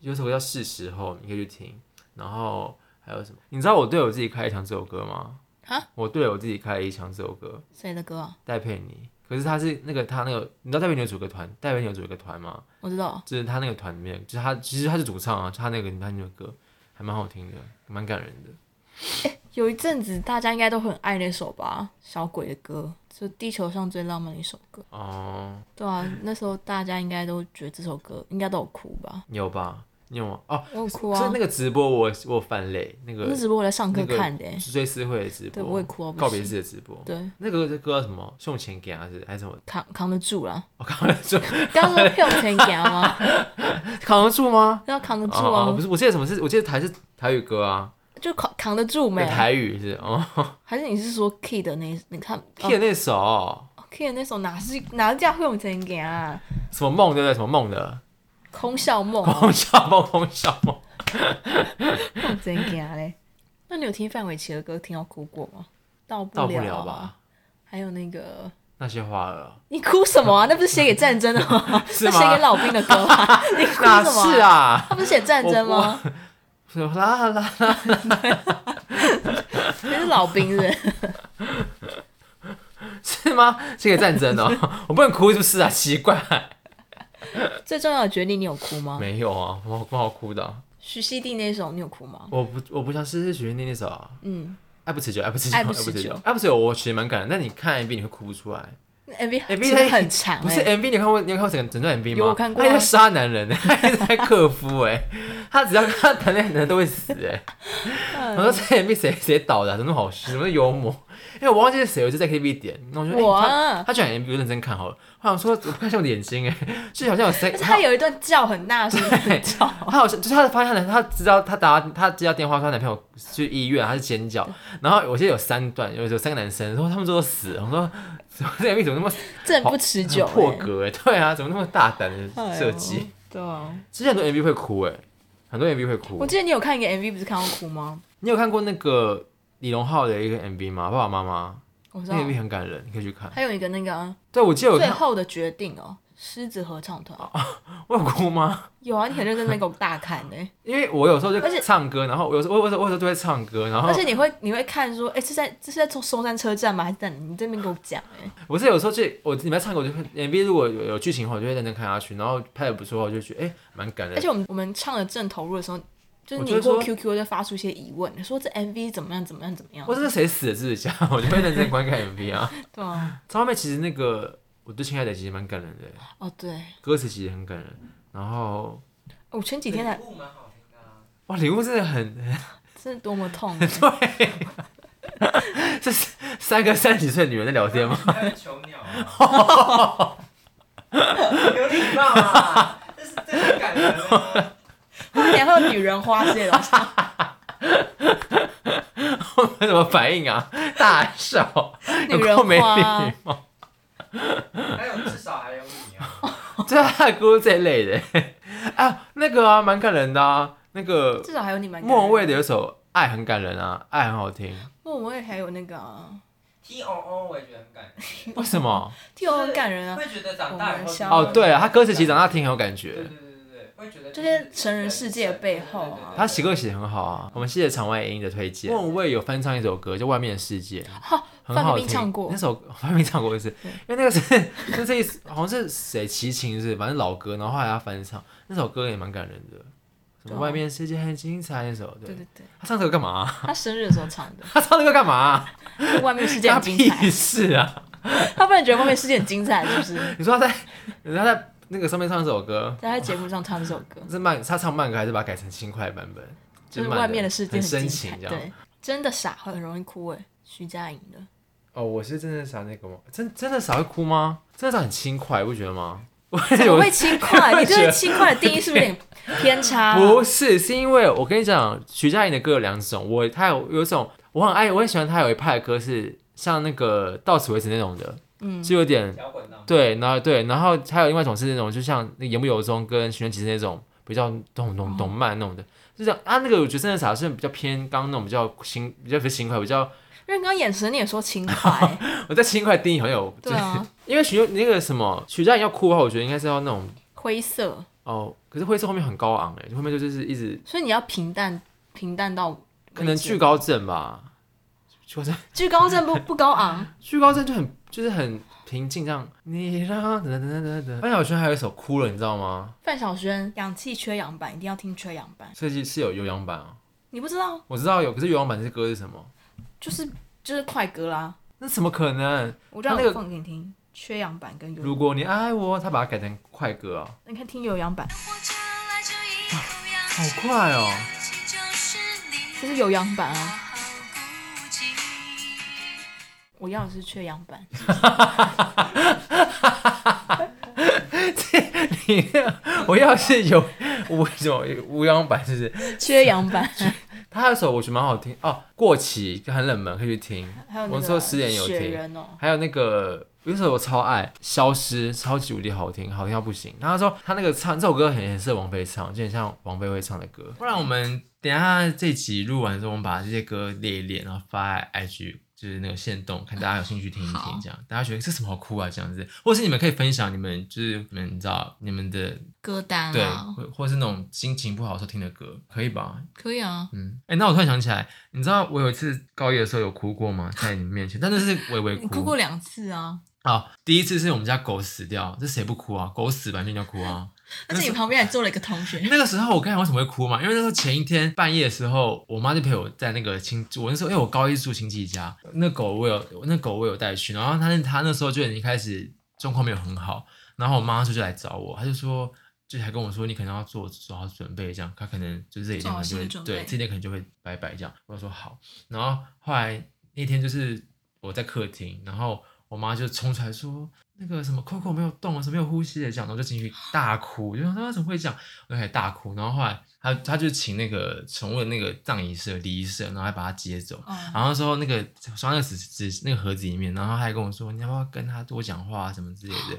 Speaker 1: 有首歌叫《是时候》，你可以去听。然后还有什么？你知道我对我自己开了一枪这首歌吗？
Speaker 2: 啊？
Speaker 1: 我对我自己开了一枪这首歌，
Speaker 2: 谁的歌啊？
Speaker 1: 戴佩妮。可是他是那个他那个，你知道戴佩妮有组个团，戴佩妮有组一个团吗？
Speaker 2: 我知道，
Speaker 1: 就是他那个团里面，就是他其实他是主唱啊，就他那个他那个歌还蛮好听的，蛮感人的。
Speaker 2: 有一阵子大家应该都很爱那首吧，小鬼的歌，就地球上最浪漫的一首歌。
Speaker 1: 哦，
Speaker 2: 对啊，那时候大家应该都觉得这首歌应该都有哭吧？
Speaker 1: 你有吧？你有吗？哦，
Speaker 2: 我有哭
Speaker 1: 所以
Speaker 2: 啊
Speaker 1: 那！个直播我我有翻泪，那个
Speaker 2: 那直播我在上课
Speaker 1: 那个
Speaker 2: 看的欸、
Speaker 1: 追思会的直播，
Speaker 2: 对我也哭到不行
Speaker 1: 告别式的直播，
Speaker 2: 对，
Speaker 1: 那个这歌叫什么？送钱给啊还是还是什么？ *laughs*
Speaker 2: 扛扛得住啦。
Speaker 1: 我扛得住，
Speaker 2: 刚刚说票钱给吗？ *laughs*
Speaker 1: 扛得住吗？
Speaker 2: 要扛得住
Speaker 1: 哦哦，
Speaker 2: 啊
Speaker 1: 不，是，我记得什么是？我记得台是台语歌啊，
Speaker 2: 就扛扛得住没
Speaker 1: 对？台语是哦 *laughs*
Speaker 2: 还是你是说 Key 的那？你看
Speaker 1: ，K 的那首、
Speaker 2: 哦 Key 的那首哪是哪是叫会用钱给啊？
Speaker 1: 什么梦对不对？什么梦的？
Speaker 2: 空笑梦
Speaker 1: *laughs*
Speaker 2: 啊
Speaker 1: 空，笑梦，空笑
Speaker 2: *laughs*
Speaker 1: 梦。
Speaker 2: 用钱给嘞。那你有听范玮琪的歌听到哭过吗？到不
Speaker 1: 到不
Speaker 2: 了
Speaker 1: 了
Speaker 2: 啊
Speaker 1: 吧？
Speaker 2: 还有那个，
Speaker 1: 那些花儿哦，
Speaker 2: 你哭什么啊？那不是写给战争的吗？
Speaker 1: *laughs* 是
Speaker 2: *laughs* 那
Speaker 1: 吗
Speaker 2: 写给老兵的歌
Speaker 1: *laughs*
Speaker 2: 吗？你哭
Speaker 1: 哪
Speaker 2: 什么、
Speaker 1: 是？啊？
Speaker 2: 他不是写战争吗？
Speaker 1: 什
Speaker 2: 啊
Speaker 1: *laughs* 么啦啦
Speaker 2: 你是老兵是
Speaker 1: 是吗？这个战争哦， *laughs* 我不能哭是不是啊？奇怪，
Speaker 2: 不是最重要的决定，你有哭吗？
Speaker 1: 没有啊，我我好哭的啊、
Speaker 2: 徐熙娣那首你有哭吗？
Speaker 1: 我不我不像是是许愿那那首、啊。
Speaker 2: 嗯
Speaker 1: 爱不持久，爱不持久，
Speaker 2: 爱不持久
Speaker 1: 爱不持久，我其实蛮感人，但你看 MV 你会哭不出来。
Speaker 2: 那，MV 那
Speaker 1: MV
Speaker 2: 真的很长
Speaker 1: 不
Speaker 2: 哎、
Speaker 1: 是 MV，你有看过你有看过整整段 MV 吗？
Speaker 2: 有我看过啊
Speaker 1: 他一直在杀男人，他一直在克夫，哎，他只要跟他谈恋爱，男人都会死，哎。
Speaker 2: 嗯
Speaker 1: 我说这 MV 谁谁导的啊、怎么那么好笑，怎么那么幽默？因为我忘记是谁，我就在 KTV 点，那我就
Speaker 2: 我
Speaker 1: 哎
Speaker 2: 啊
Speaker 1: 他他居然 MV 认真看好了，我想说我不看向我的眼睛，哎，就好像有谁，
Speaker 2: 但是他有一段叫很大声的
Speaker 1: *laughs*
Speaker 2: 叫，
Speaker 1: 她好像就是她发现她男，她知道她打她接到电话说她男朋友去医院，她是尖叫。然后我记得有三段，有有三个男生，然后他们说都死了。我说怎么这 MV 怎么那么欸
Speaker 2: 这很不持久、欸
Speaker 1: 很 *laughs* 破格、欸？对啊，怎么那么大胆的
Speaker 2: 哎呦
Speaker 1: 设计？
Speaker 2: 对啊，
Speaker 1: 之前很多 MV 会哭哎、很多 MV 会哭
Speaker 2: 我。记得你有看一个 MV，不是看到哭吗？
Speaker 1: 你有看过那个李荣浩的一个 MV 吗？爸爸妈妈，
Speaker 2: 我知道
Speaker 1: 那，个 MV 很感人，你可以去看。
Speaker 2: 还有一个那个啊
Speaker 1: 对，我记得有
Speaker 2: 最
Speaker 1: 看，哦
Speaker 2: 后的决定哦，狮子合唱团
Speaker 1: 我有哭吗？
Speaker 2: 有啊，你很认真在给我大看欸呢、
Speaker 1: 因为我有时候
Speaker 2: 而且
Speaker 1: 就唱歌，然后我有时候我我有时候我有时候就会唱歌，然后
Speaker 2: 而且你会你会看说，哎、这是在这是在中松山车站吗？还是在你这边给我讲、哎，
Speaker 1: 我是有时候就我你们唱歌，我就会 MV 如果有有剧情的话，我就会认真看下去，然后拍的不错，我就觉得哎蛮、感人
Speaker 2: 而且。我们我们唱的正投入的时候，就是
Speaker 1: 我
Speaker 2: 你
Speaker 1: 觉得
Speaker 2: 或
Speaker 1: 说
Speaker 2: QQ 在发出一些疑问，你说这 MV 怎么样怎么样怎么样
Speaker 1: 我？这是谁死的自己家，我就会认真观看 MV 啊。
Speaker 2: 对啊，
Speaker 1: 这方面其实那个我对亲爱的其实蛮感人的，
Speaker 2: 哦对，
Speaker 1: 歌词其实很感人。然后
Speaker 2: 我前几天才
Speaker 3: 啊
Speaker 1: 哇，礼物真的很 *laughs*
Speaker 2: 真的多么痛、 *laughs*
Speaker 1: 这是三个三十几岁的女人在聊
Speaker 2: *laughs*
Speaker 1: 天吗？
Speaker 3: 还有囚鸟啊。 *laughs* 有礼貌啊！这是这是感人啊！
Speaker 2: 后面会有女人花之类的东西，
Speaker 1: 我们怎么反应啊？大笑，*laughs*
Speaker 2: 女
Speaker 1: 有够没
Speaker 2: 人花
Speaker 1: 礼貌，
Speaker 3: 还有至少还有你啊！
Speaker 1: 这大姑这一类的 *laughs* 啊，那个啊蛮感人的啊，那个
Speaker 2: *laughs* 至少还有你们
Speaker 1: 莫文蔚的有一首《爱》很感人啊，《爱》很好听，
Speaker 2: 莫文蔚还有那
Speaker 1: *laughs*
Speaker 2: 个、啊，
Speaker 3: T O O 我也觉得很感人，
Speaker 1: 为什么？
Speaker 2: 就很感人啊，
Speaker 3: 会觉得长大以后
Speaker 2: 我们
Speaker 1: 哦，对了，他歌词其实长大挺有感
Speaker 3: 对对
Speaker 1: 觉，
Speaker 3: 对对对，会觉得
Speaker 2: 这些成人世界背后啊
Speaker 1: 他写歌写得很好啊。我们谢谢场外音的推荐，莫文蔚有翻唱一首歌叫《外面的世界》，很
Speaker 2: 范
Speaker 1: 好
Speaker 2: 冰冰
Speaker 1: 听。
Speaker 2: 唱过
Speaker 1: 那首范冰冰唱过一次，因为那个是 *laughs* 就这一次好像是谁齐秦是不是，反正老歌，然后后来他翻唱那首歌也蛮感人的，什
Speaker 2: 对
Speaker 1: 么
Speaker 2: 啊
Speaker 1: 《外面的世界很精彩》那首，对
Speaker 2: 对对对，
Speaker 1: 他唱这个干嘛？啊
Speaker 2: 他生日的时候唱的，
Speaker 1: *laughs* 他唱这个干嘛？
Speaker 2: 就外面世界
Speaker 1: 干
Speaker 2: 很
Speaker 1: 他
Speaker 2: 精
Speaker 1: 屁
Speaker 2: 彩，
Speaker 1: 事啊！
Speaker 2: 他不
Speaker 1: *laughs*
Speaker 2: 然觉得外面世界很精彩是不是？
Speaker 1: 你说他在人家在那个上面唱这首歌，
Speaker 2: 在他节目上唱这首
Speaker 1: *laughs*
Speaker 2: 歌，
Speaker 1: 是慢，他唱慢歌还是把它改成轻快版本？
Speaker 2: 就是
Speaker 1: 慢
Speaker 2: 外面的世界
Speaker 1: 很
Speaker 2: 精
Speaker 1: 深
Speaker 2: 彩，
Speaker 1: 情这样。
Speaker 2: 对，真的傻会很容易哭哎，徐佳莹
Speaker 1: *laughs*
Speaker 2: 的，
Speaker 1: 哦，我是真的傻那个吗？真真的傻会哭吗？真的傻很轻快，不觉得吗？我
Speaker 2: 怎么会轻
Speaker 1: *laughs*
Speaker 2: 快？
Speaker 1: 我
Speaker 2: 你
Speaker 1: 也觉得
Speaker 2: 对轻快的定义是不是有点偏差？
Speaker 1: 不是，是因为我跟你讲，徐佳莹的歌有两种，我她有有一种我很爱，我很喜欢她有一派的歌是像那个到此为止那种的，
Speaker 2: 嗯，
Speaker 1: 是有点
Speaker 3: 摇滚浪，
Speaker 1: 对，然后对，然后还有另外一种是那种，就像那个言不由衷跟寻人启事那种比较懂
Speaker 2: 哦
Speaker 1: 懂懂慢那种的，就这样啊。那个我觉得真的傻是比较偏刚刚那种比较轻，比较不是轻快，比较
Speaker 2: 因为刚刚眼神你也说
Speaker 1: *laughs*
Speaker 2: 轻快，
Speaker 1: 我在轻快定义好像有，
Speaker 2: 对啊，
Speaker 1: 因为许那个什么许佳莹要哭的话，我觉得应该是要那种
Speaker 2: 灰色，
Speaker 1: 哦，可是灰色后面很高昂哎，后面就是一直
Speaker 2: 所以你要平淡平淡到
Speaker 1: 可能惧高症吧，惧高症
Speaker 2: 居高症不不高昂，
Speaker 1: 惧高症就很就是很平静这样，你让等等等等，范晓萱还有一首哭了，你知道吗？
Speaker 2: 范晓萱氧气缺氧版一定要听缺氧版，
Speaker 1: 设计是有有氧版啊，
Speaker 2: 你不知道
Speaker 1: 我知道有，可是有氧版这歌是什么？
Speaker 2: 就是就是快歌啦，
Speaker 1: 那怎么可能？
Speaker 2: 我让
Speaker 1: 他那
Speaker 2: 我
Speaker 1: 个
Speaker 2: 放给你听，缺氧版跟有，
Speaker 1: 如果你爱我，他把它改成快歌啊，
Speaker 2: 你看听有氧版，
Speaker 1: 好快哦！
Speaker 2: 这是有氧版啊。我要的是缺氧 *laughs* 版，
Speaker 1: 你我要是有我什么无氧版，是不是？
Speaker 2: 缺氧 *laughs* 版，
Speaker 1: 他的首我觉得蛮好听哦，过期很冷门，可以去听。
Speaker 2: 还有那
Speaker 1: 我
Speaker 2: 个
Speaker 1: 说十点有
Speaker 2: 雪
Speaker 1: 听
Speaker 2: 人哦，
Speaker 1: 还有那个有一首我超爱，《消失》，超级无敌好听，好听到不行。然后他说他那个唱这首歌很很适合王菲唱，就很像王菲会唱的歌。不然我们等一下这集录完之后，我们把这些歌列一列，然后发在 IG。就是那个线动，看大家有兴趣听一
Speaker 2: 好
Speaker 1: 听，这样大家觉得这什么好哭啊，这样子，或是你们可以分享你们就是你们你知道你们的
Speaker 2: 歌单啊
Speaker 1: 对，或或是那种心情不好的时候听的歌，可以吧？
Speaker 2: 可以啊，
Speaker 1: 嗯，哎、那我突然想起来，你知道我有一次高一的时候有哭过吗？在你们面前，但那是微微
Speaker 2: 你哭过两次啊，
Speaker 1: 好，第一次是我们家狗死掉，这谁不哭啊？狗死完全要哭啊！
Speaker 2: 而且你旁边还坐了一个同学，
Speaker 1: 那个时候我跟你讲为什么会哭嘛，因为那时候前一天半夜的时候，我妈就陪我在那个亲，我那时候因为我高一住亲戚家，那狗我有那狗我有带去，然后它它那时候就已经开始状况没有很好，然后我妈就就来找我，她就说。就还跟我说，你可能要做做好准备，这样她可能就是这一
Speaker 2: 做
Speaker 1: 天
Speaker 2: 好
Speaker 1: 可能就
Speaker 2: 心理
Speaker 1: 会
Speaker 2: 准备
Speaker 1: 对这一天可能就会拜拜这样。我说好，然后后来那天就是我在客厅，然后我妈就冲出来说那个什么 Coco 没有动啊，什么没有呼吸的这样，然后我就进去大哭，就想说她怎么会这样，我就开始大哭，然后后来。他他就请那个宠物的那个葬仪社、礼仪社，然后还把他接走。
Speaker 2: 嗯，
Speaker 1: 然后之后那个装那个纸纸那个盒子里面，然后他还跟我说你要不要跟他多讲话啊什么之类的。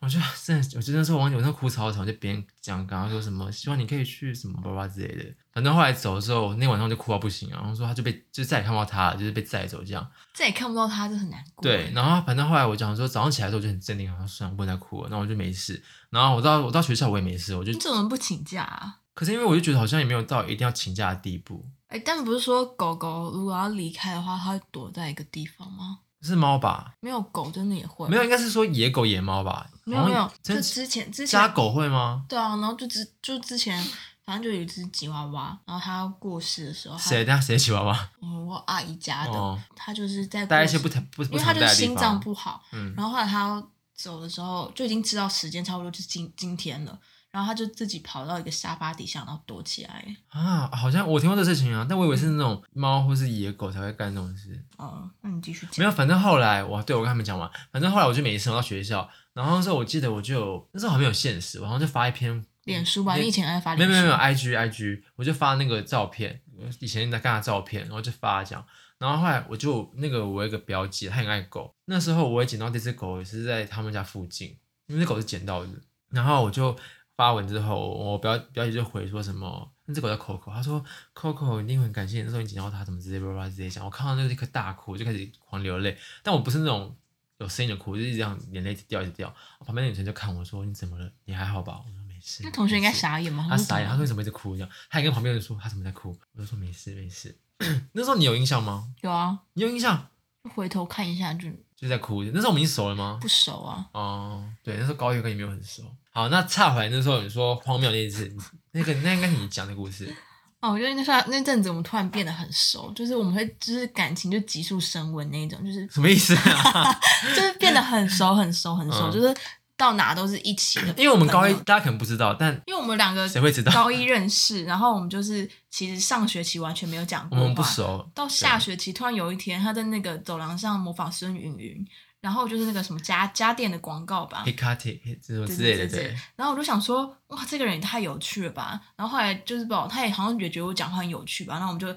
Speaker 1: 我就 *laughs* 真的，我真的说忘记，我那哭超惨，我就边讲刚刚说什么，希望你可以去什么爸爸之类的。反正后来走的时候，那晚上我就哭到不行啊，然后说他就被就再也看不到他了，就是被载走这样。
Speaker 2: 这也看不到他，这很难过。
Speaker 1: 对，，然后反正后来我讲说早上起来的时候我就很镇定，然后算了，不能再哭了，然后我就没事。然后我到我到学校我也没事，我就
Speaker 2: 你怎么不请假啊？
Speaker 1: 可是因为我就觉得好像也没有到一定要请假的地步。
Speaker 2: 哎，但不是说狗狗如果要离开的话，它会躲在一个地方吗？
Speaker 1: 是猫吧？
Speaker 2: 没有狗真的也会
Speaker 1: 没有，应该是说野狗、野猫吧？
Speaker 2: 没有没
Speaker 1: 好
Speaker 2: 有
Speaker 1: 像，
Speaker 2: 就
Speaker 1: 真
Speaker 2: 之前之前
Speaker 1: 家狗会吗？
Speaker 2: 对啊，然后就之就之前反正就有一只吉娃娃，然后它过世的时候，它
Speaker 1: 谁？等下谁喜欢吗？
Speaker 2: 嗯，我阿姨家的，
Speaker 1: 哦
Speaker 2: 它就是在
Speaker 1: 待在一些
Speaker 2: 过世
Speaker 1: 不常不
Speaker 2: 因
Speaker 1: 不
Speaker 2: 为他
Speaker 1: 常待
Speaker 2: 就是
Speaker 1: 的
Speaker 2: 心
Speaker 1: 地
Speaker 2: 脏
Speaker 1: 方。
Speaker 2: 不好，
Speaker 1: 嗯，
Speaker 2: 然后后来他要走的时候就已经知道时间差不多就是今今天了，然后他就自己跑到一个沙发底下，然后躲起来。
Speaker 1: 啊，好像我听过这事情啊，但我以为是那种猫或是野狗才会干这种事。
Speaker 2: 哦，那你继续讲。
Speaker 1: 没有，反正后来我对我跟他们讲完，反正后来我就每一次我到学校，然后那时候我记得我就有那时候还没有现实，我好像就发一篇
Speaker 2: 脸书吧，
Speaker 1: 那
Speaker 2: 你以前爱发
Speaker 1: 没
Speaker 2: 脸
Speaker 1: 有没
Speaker 2: 书，
Speaker 1: 有没有，IG IG，我就发那个照片，我以前在干他照片，然后就发这样。然后后来我就那个我有一个表姐，她很爱狗，那时候我也捡到这只狗，也是在他们家附近，因为那狗是捡到的。然后我就发文之后，我表表姐就回说什么，那只狗叫 Coco，她说 Coco 一定很感谢你那时候你捡到它，怎么之类巴拉巴拉之类讲。我看到那立刻大哭，我就开始狂流泪，但我不是那种有声音的哭，我就是一直这样眼泪一直掉一直掉。我旁边的女生就看我说你怎么了？你还好吧？我说没事。
Speaker 2: 那同学应该
Speaker 1: 没事
Speaker 2: 傻眼吧？
Speaker 1: 他啊傻眼，他
Speaker 2: 他
Speaker 1: 说你怎么一直哭这样？他还跟旁边人说他怎么在哭，我就说没事没事。 *clears throat* 那时候你有印象吗？
Speaker 2: 有啊，
Speaker 1: 你有印象？
Speaker 2: 就回头看一下就
Speaker 1: 就在哭。那时候我们已经熟了吗
Speaker 2: 不？熟啊。
Speaker 1: 哦、对，那时候高一跟你没有很熟。好，那岔回来那时候你说荒谬那一次，那个那应该是你讲的故事。
Speaker 2: 哦，我觉得那算那阵子我们突然变得很熟，就是我们会就是感情就急速升温那一种，就是
Speaker 1: 什么意思啊？ *laughs*
Speaker 2: 就是变得很熟很熟很熟，
Speaker 1: 嗯
Speaker 2: 就是到哪都是一起的。
Speaker 1: 因为我们高一
Speaker 2: 朋友
Speaker 1: 大家可能不知道，但
Speaker 2: 因为我们两个
Speaker 1: 谁会知道？
Speaker 2: 高一认识，然后我们就是其实上学期完全没有讲
Speaker 1: 我
Speaker 2: 过话，
Speaker 1: 们不熟。
Speaker 2: 到下学期突然有一天，他在那个走廊上模仿孙云云，然后就是那个什么家家电的广告吧
Speaker 1: h。i c a t i 这种
Speaker 2: 对
Speaker 1: 之类的，
Speaker 2: 对对
Speaker 1: 对
Speaker 2: 对，然后我就想说，哇，这个人也太有趣了吧！然后后来就是不知道，他也好像也觉得我讲话很有趣吧，然后我们就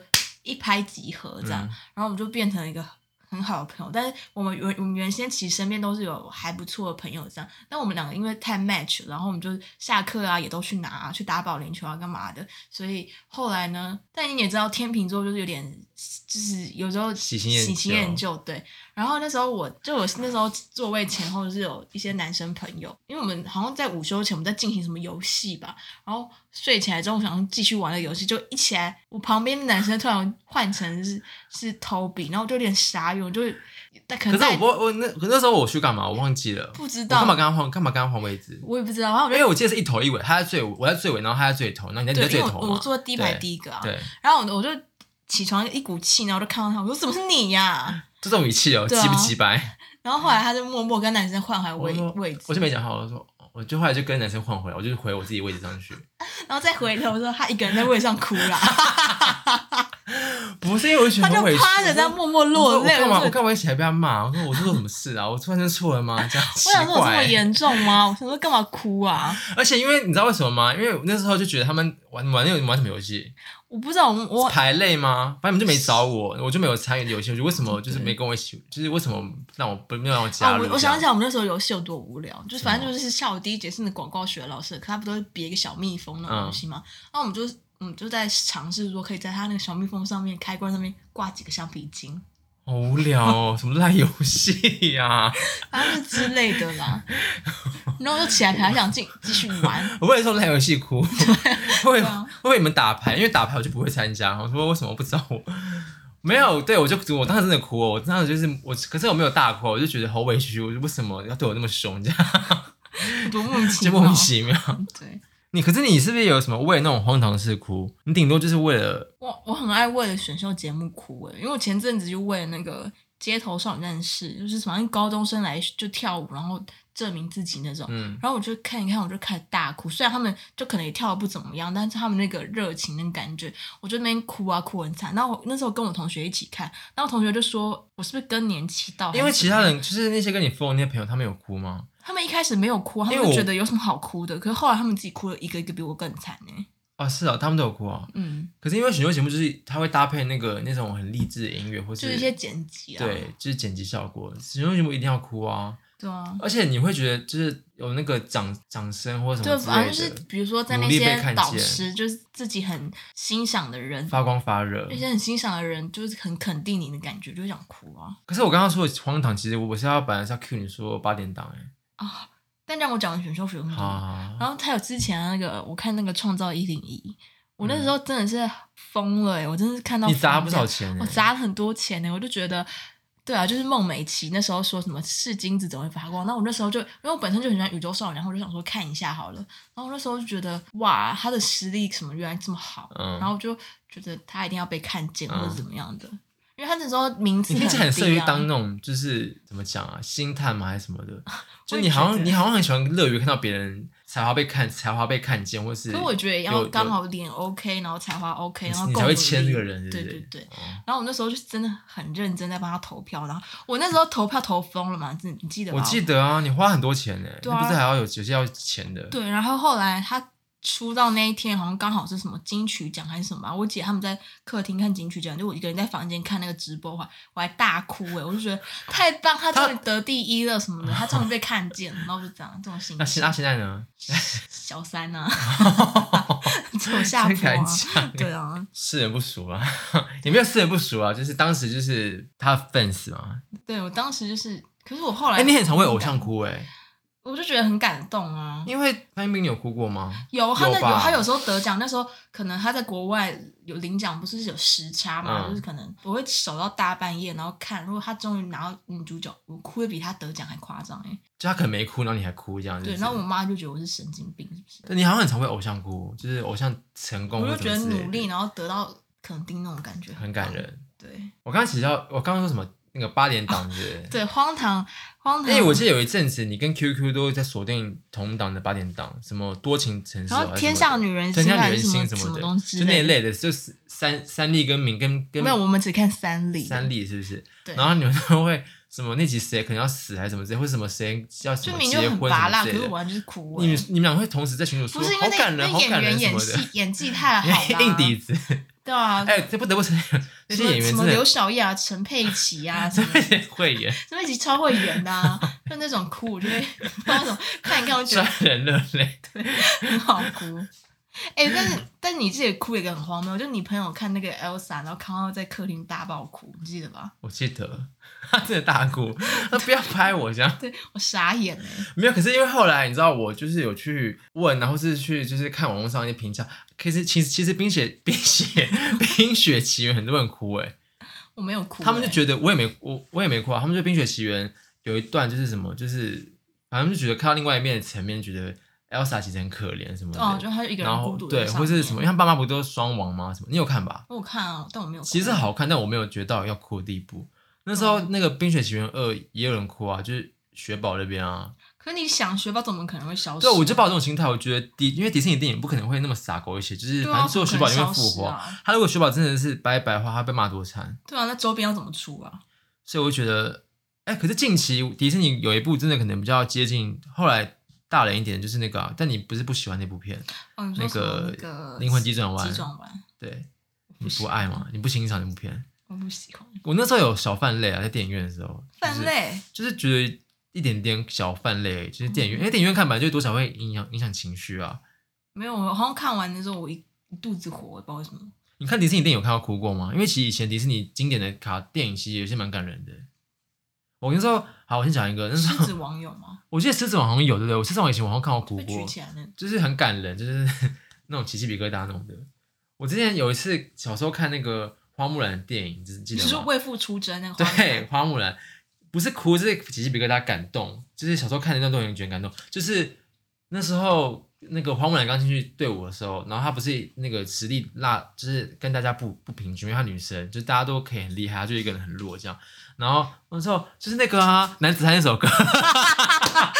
Speaker 2: 一拍即合这样，
Speaker 1: 嗯
Speaker 2: 然后我们就变成一个很好的朋友。但是我们原我们原先其实身边都是有还不错的朋友这样，但我们两个因为太 match，了然后我们就下课啊也都去拿、去打保龄球啊干嘛的，所以后来呢，但你也知道天秤座就是有点就是有时候
Speaker 1: 喜新厌
Speaker 2: 喜新
Speaker 1: 旧
Speaker 2: 厌旧对。然后那时候我就我那时候座位前后是有一些男生朋友，因为我们好像在午休前我们在进行什么游戏吧，然后睡起来之后想要继续玩的游戏，就一起来，我旁边的男生突然换成是是 Toby，然后我就有点傻眼，我就但可
Speaker 1: 可
Speaker 2: 能
Speaker 1: 是我
Speaker 2: 在
Speaker 1: 不我那可那时候我去干嘛？我忘记了，
Speaker 2: 不知
Speaker 1: 我
Speaker 2: 道
Speaker 1: 干嘛跟他换干嘛跟他换位置？
Speaker 2: 我也不知道，然后我
Speaker 1: 因
Speaker 2: 就
Speaker 1: 为我记得是一头一尾，他在最尾，我在最尾，然后他在最头，然后你在你
Speaker 2: 对
Speaker 1: 在，
Speaker 2: 因
Speaker 1: 最
Speaker 2: 为
Speaker 1: 头
Speaker 2: 我
Speaker 1: 嘛
Speaker 2: 我坐第一排
Speaker 1: 对
Speaker 2: 第一个啊，
Speaker 1: 对，
Speaker 2: 然后我我就起床一股气，然后我就看到他，我说怎么是你呀、
Speaker 1: 这种语气哦，
Speaker 2: 对啊
Speaker 1: 急不急白？
Speaker 2: 然后后来他就默默跟男生换回位
Speaker 1: 我说
Speaker 2: 位置，
Speaker 1: 我就没讲好，我说，我就后来就跟男生换回来，我就回我自己位置上去。
Speaker 2: 然后再回头说他一个人在位上
Speaker 1: *laughs*
Speaker 2: 哭啦，
Speaker 1: 不是因为我觉得
Speaker 2: 他就
Speaker 1: 很委屈，
Speaker 2: 趴着这样默默落泪。
Speaker 1: 我干嘛？
Speaker 2: 我
Speaker 1: 我
Speaker 2: 就
Speaker 1: 干嘛一起来被他骂？我说我做错什么事啊？我突然间错了吗？这样奇
Speaker 2: 我想说我这么
Speaker 1: 怪。
Speaker 2: 严重吗？我想说干嘛哭啊？
Speaker 1: 而且因为你知道为什么吗？因为我那时候就觉得他们玩玩那个玩什么游戏，
Speaker 2: 我不知道我我
Speaker 1: 排类吗？反正你们就没找我，我就没有参与游戏。我就为什么就是没跟我一起？就是为什么让我不没有让我加
Speaker 2: 啊，
Speaker 1: 入？
Speaker 2: 我我想起来我们那时候游戏有多无聊，就是
Speaker 1: 什么
Speaker 2: 反正就是下午第一节是那广告学的老师的课，他不都会别一个小蜜蜂那
Speaker 1: 嗯
Speaker 2: 种东西吗？然后我们就我们就在尝试说可以在他那个小蜜蜂上面开关上面挂几个橡皮筋，
Speaker 1: 好无聊哦， *laughs* 什么烂游戏啊呀！
Speaker 2: 反正就之类的
Speaker 1: *laughs*
Speaker 2: 啦。然后我就起来还想继继续玩，
Speaker 1: 我不能说烂游戏
Speaker 2: *laughs*
Speaker 1: 哭，会
Speaker 2: 对啊
Speaker 1: 会你们打牌，因为打牌我就不会参加。我说为什么不找我？没有，对我就我当时真的哭哦，我当时就是我，可是我没有大哭，我就觉得好委屈，我就为什么要对我那么凶，
Speaker 2: *laughs*
Speaker 1: 这
Speaker 2: 哦
Speaker 1: 样
Speaker 2: 多莫名其
Speaker 1: 就
Speaker 2: 妙
Speaker 1: 莫。名其妙。
Speaker 2: 对，
Speaker 1: 你可是你是不是有什么为了那种荒唐的事哭？你顶多就是为了
Speaker 2: 我我很爱为了选秀节目哭欸诶，因为我前阵子就为了那个街头少女战士，就是反正高中生来就跳舞，然后证明自己那种。
Speaker 1: 嗯，
Speaker 2: 然后我就看一看，我就开始大哭。虽然他们就可能也跳的不怎么样，但是他们那个热情跟感觉，我就那边哭啊哭很惨。然后我那时候跟我同学一起看，然后同学就说我是不是更年期到还是怎么
Speaker 1: 因
Speaker 2: 样？
Speaker 1: 为其他人就是那些跟你 f 的那些朋友，他们有哭吗？
Speaker 2: 他们一开始没有哭，他
Speaker 1: 因为
Speaker 2: 们就
Speaker 1: 我
Speaker 2: 觉得有什么好哭的。可是后来他们自己哭了一个一个比我更惨呢、
Speaker 1: 哦，哦，是哦，他们都有哭哦。
Speaker 2: 嗯，
Speaker 1: 可是因为选秀节目就是它会搭配那个那种很励志的音乐，或是
Speaker 2: 就一些剪辑啊，
Speaker 1: 对，就是剪辑效果。选秀节目一定要哭啊，
Speaker 2: 对啊，
Speaker 1: 而且你会觉得就是有那个掌掌声或什
Speaker 2: 就
Speaker 1: 么之
Speaker 2: 反正就
Speaker 1: 类
Speaker 2: 是
Speaker 1: 的，
Speaker 2: 比如说在
Speaker 1: 努
Speaker 2: 那
Speaker 1: 力被
Speaker 2: 些
Speaker 1: 看
Speaker 2: 导
Speaker 1: 见
Speaker 2: 师，就是自己很欣赏的人，
Speaker 1: 发光发热
Speaker 2: 那。些很欣赏的人就是很肯定你的感觉，就会想哭啊
Speaker 1: 可是我刚刚说的荒唐，其实我是要本来是要 cue 你说八点档哎、
Speaker 2: 啊！但让我讲完选秀节目
Speaker 1: 欸，，好好好
Speaker 2: 嗯然后还有之前那个我看那个《创造一零一》，我那时候真的是疯了、欸，我真的是看到
Speaker 1: 嗯你砸
Speaker 2: 疯
Speaker 1: 不
Speaker 2: 掉
Speaker 1: 少钱、欸，
Speaker 2: 我砸了很多钱欸呢、我就觉得，对啊，就是孟美岐那时候说什么是金子怎么会发光，那我那时候就因为我本身就很喜欢宇宙少女，然后我就想说看一下好了，然后我那时候就觉得哇，她的实力什么原来这么好，
Speaker 1: 嗯
Speaker 2: 然后我就觉得她一定要被看见
Speaker 1: 嗯
Speaker 2: 或者怎么样的，因为她那时候名次
Speaker 1: 你看起来很适合
Speaker 2: 低
Speaker 1: 去
Speaker 2: 啊，
Speaker 1: 当那种，就是怎么讲啊，星探嘛还是什么的。就
Speaker 2: *laughs* 我也
Speaker 1: 你好
Speaker 2: 觉得
Speaker 1: 像你好像很喜欢乐于看到别人才华被看才华被看见，或是
Speaker 2: 可我觉得也
Speaker 1: 有
Speaker 2: 要
Speaker 1: 有
Speaker 2: 刚好脸 OK，然后才华 OK，
Speaker 1: 你
Speaker 2: 然后
Speaker 1: 你
Speaker 2: 够
Speaker 1: 才会
Speaker 2: 努
Speaker 1: 签这
Speaker 2: 力
Speaker 1: 个人，
Speaker 2: 对
Speaker 1: 不对哦
Speaker 2: 对对。然后我那时候就是真的很认真在帮他投票，然后我那时候投票投疯了嘛，你你记得吧？
Speaker 1: 我记得啊，你花很多钱呢、你
Speaker 2: 对啊
Speaker 1: 不是还要有有些要钱的，
Speaker 2: 对，然后后来他出道那一天，好像刚好是什么金曲奖还是什么吧，我姐他们在客厅看金曲奖，就我一个人在房间看那个直播，我还我还大哭哎、我就觉得太棒，他终于得第一了什么的，他终于被看见了，然后我就这样这种心
Speaker 1: 那现
Speaker 2: 情
Speaker 1: 那。现在呢？
Speaker 2: 小
Speaker 1: *laughs*
Speaker 2: 三啊，走下
Speaker 1: 真
Speaker 2: 坡
Speaker 1: 敢
Speaker 2: 啊， *laughs*
Speaker 1: 讲，
Speaker 2: 对啊，
Speaker 1: 世人不熟啊， *laughs* 也没有世人不熟啊，就是当时就是他的 fans 嘛。
Speaker 2: 对我当时就是，可是我后来，
Speaker 1: 哎、你很常为偶像，哭哎、
Speaker 2: 我就觉得很感动啊。
Speaker 1: 因为范冰冰你有哭过吗？
Speaker 2: 有他那
Speaker 1: 吧
Speaker 2: 有他有时候得奖，那时候可能他在国外有领奖，不是有时差嘛，
Speaker 1: 嗯
Speaker 2: 就是可能我会守到大半夜，然后看，如果他终于拿到女主角，我哭的比他得奖还夸张哎。
Speaker 1: 就他可能没哭，然后你还哭这样子。
Speaker 2: 对，然后我妈就觉得我是神经病，是不是？
Speaker 1: 对你好像很常为偶像哭，就是偶像成功
Speaker 2: 我
Speaker 1: 或什
Speaker 2: 就觉
Speaker 1: 么
Speaker 2: 得
Speaker 1: 之类的，
Speaker 2: 努力，啊然后得到肯定那种感觉
Speaker 1: 很
Speaker 2: 棒
Speaker 1: 感。人。
Speaker 2: 对
Speaker 1: 我刚刚其实要，我刚刚说什么？那个八点档是不是？
Speaker 2: 对，荒唐荒唐。
Speaker 1: 因为哎我记得有一阵子，你跟 QQ 都在锁定同档的八点档，什么多情城市哦，
Speaker 2: 然后天上女人
Speaker 1: 天
Speaker 2: 心
Speaker 1: 上
Speaker 2: 还
Speaker 1: 女人
Speaker 2: 是
Speaker 1: 心
Speaker 2: 什
Speaker 1: 什么
Speaker 2: 么
Speaker 1: 的，
Speaker 2: 东西
Speaker 1: 就那一类的，就是三三立跟敏跟跟
Speaker 2: 没有，我们只看三例。
Speaker 1: 三立是不是？
Speaker 2: 对
Speaker 1: 然后你们都会什么那集谁可能要死还是什么之类，或者什么谁要什
Speaker 2: 就
Speaker 1: 么
Speaker 2: 明明
Speaker 1: 结
Speaker 2: 就
Speaker 1: 婚什
Speaker 2: 很拔
Speaker 1: 么
Speaker 2: 辣，
Speaker 1: 之类
Speaker 2: 可是我
Speaker 1: 的。
Speaker 2: 完全是哭
Speaker 1: 你
Speaker 2: 哎
Speaker 1: 们。你们俩会同时在群组说，
Speaker 2: 不是因为
Speaker 1: 好
Speaker 2: 那
Speaker 1: 感
Speaker 2: 那
Speaker 1: 人，好
Speaker 2: 演
Speaker 1: 感人
Speaker 2: 员
Speaker 1: 什
Speaker 2: 演
Speaker 1: 么
Speaker 2: 戏
Speaker 1: 的， *laughs*
Speaker 2: 演技太好了，
Speaker 1: 硬底子。
Speaker 2: 对啊，
Speaker 1: 哎，这不得不承认，那
Speaker 2: 什
Speaker 1: 些
Speaker 2: 么
Speaker 1: 演员
Speaker 2: 什么
Speaker 1: 真的
Speaker 2: 刘小燕啊、陈佩
Speaker 1: *laughs*
Speaker 2: 琪啊，什
Speaker 1: 真
Speaker 2: 么
Speaker 1: 的会演，
Speaker 2: 陈佩琪超会演
Speaker 1: *laughs*
Speaker 2: 的、啊，就那种哭，我就会 *laughs* 不知道为什么看一看，我觉
Speaker 1: 酸 *laughs*
Speaker 2: 得
Speaker 1: 人热泪。
Speaker 2: 很好哭。哎、但是但是你自己哭也很荒谬，就你朋友看那个 Elsa，然后康奥在客厅大爆哭，你记得吧？
Speaker 1: 我记得 *laughs* 他真的大哭，他不要拍我这样。
Speaker 2: 对我傻眼哎、
Speaker 1: 没有，可是因为后来你知道，我就是有去问，然后是去就是看网络上一些评价，可是其实其实《冰雪冰雪 *laughs* 冰雪奇缘》很多人哭哎、
Speaker 2: 我没有哭欸、
Speaker 1: 他们就觉得我也没我我也没哭啊，他们就《冰雪奇缘》有一段就是什么，就是反正就觉得看到另外一面的层面，觉得 Elsa 其实很可怜什么的，
Speaker 2: 对啊，就他就一个
Speaker 1: 然
Speaker 2: 人
Speaker 1: 后
Speaker 2: 孤独
Speaker 1: 对，
Speaker 2: 在上
Speaker 1: 或是
Speaker 2: 面
Speaker 1: 什么，因为他爸妈不都双亡吗？什么你有看吧？
Speaker 2: 我有看啊，但我没有哭。
Speaker 1: 其实好看，但我没有觉得到要哭的地步。那时候
Speaker 2: 哦
Speaker 1: 那个《冰雪奇缘二》也有人哭啊，就是雪宝那边啊。
Speaker 2: 可是你想学霸怎么可能会消失？
Speaker 1: 对，我就抱这种心态，我觉得迪因为迪士尼电影不可能会那么傻狗血，就是
Speaker 2: 对啊
Speaker 1: 反正只有雪宝一定会
Speaker 2: 不可
Speaker 1: 复
Speaker 2: 能
Speaker 1: 活。
Speaker 2: 消失啊
Speaker 1: 他如果雪宝真的是拜拜的话，他被骂多惨。
Speaker 2: 对啊，那周边要怎么出啊？
Speaker 1: 所以我觉得，哎、可是近期迪士尼有一部真的可能比较接近后来大人一点，就是那个、啊，但你不是不喜欢那部片
Speaker 2: 哦，你说
Speaker 1: 那
Speaker 2: 什么
Speaker 1: 个
Speaker 2: 那个
Speaker 1: 《灵魂急转弯
Speaker 2: 急》？转弯，
Speaker 1: 对，
Speaker 2: 不
Speaker 1: 你
Speaker 2: 喜
Speaker 1: 不
Speaker 2: 欢
Speaker 1: 爱吗？你不欣赏那部片？
Speaker 2: 我不喜欢。
Speaker 1: 我那时候有小犯泪啊，在电影院的时候，就是
Speaker 2: 犯累，
Speaker 1: 就是觉得一点点小犯累，就是电影
Speaker 2: 嗯
Speaker 1: 院，因为电影院看本来就多少会影响影响情绪啊。
Speaker 2: 没有，我好像看完的时候我一一肚子火，我不知道为什么。
Speaker 1: 你看迪士尼电影有看到哭过吗？因为其实以前迪士尼经典的卡电影其实有些蛮感人的。我那时候好，我先讲一个，那时
Speaker 2: 狮
Speaker 1: 候
Speaker 2: 子王有吗？
Speaker 1: 我记得狮子王好像有对不对？我狮子王以前我好像看到哭
Speaker 2: 被举
Speaker 1: 过，
Speaker 2: 起来那个。
Speaker 1: 就是很感人，就是 *laughs* 那种起鸡皮疙瘩那种的。我之前有一次小时候看那个花木兰的电影，记记
Speaker 2: 你
Speaker 1: 得
Speaker 2: 是
Speaker 1: 吗？
Speaker 2: 为父出征那个画
Speaker 1: 对，
Speaker 2: 面？
Speaker 1: 花木兰不是哭，是起鸡皮疙瘩感动，就是小时候看的那段都很觉得感动。就是那时候那个花木兰刚进去队伍的时候，然后她不是那个实力落，就是跟大家不不平均，因为她女生就是大家都可以很厉害，她就一个人很弱这样。然后那时候就是那个啊，男子汉那首歌，
Speaker 2: *laughs*
Speaker 1: 他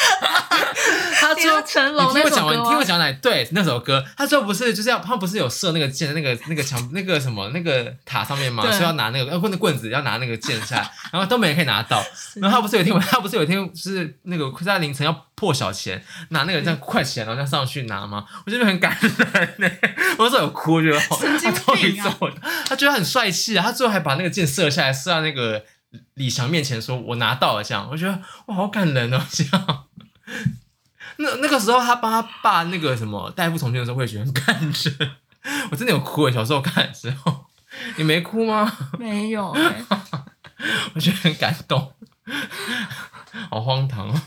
Speaker 1: 最后
Speaker 2: 你说成龙
Speaker 1: 你听我
Speaker 2: 那首
Speaker 1: 讲完，你
Speaker 2: 歌吗
Speaker 1: 听我讲哪？对，那首歌，他最后不是就是要他不是有射那个箭在那个那个墙那个什么那个塔上面吗？
Speaker 2: 对
Speaker 1: 所以要拿那个呃棍子棍子要拿那个箭下来，然后都没人可以拿
Speaker 2: *laughs*
Speaker 1: 到。然后他不是有一天晚，他不是有一天就是那个在凌晨要破晓前拿那个这样快起来，然后这样上去拿吗？我觉得很感人呢、我那时候有哭，觉得哦
Speaker 2: 神经
Speaker 1: 他终于
Speaker 2: 病啊
Speaker 1: 做到，他觉得很帅气啊，他最后还把那个箭射下来，射到那个李翔面前说：“我拿到了。”这样，我觉得哇，好感人哦，这样。那那个时候，他帮他爸那个什么代父从军的时候，会觉得很感人。我真的有哭诶，小时候看的时候，你没哭吗？
Speaker 2: 没有、欸，
Speaker 1: 我觉得很感动，好荒唐哦！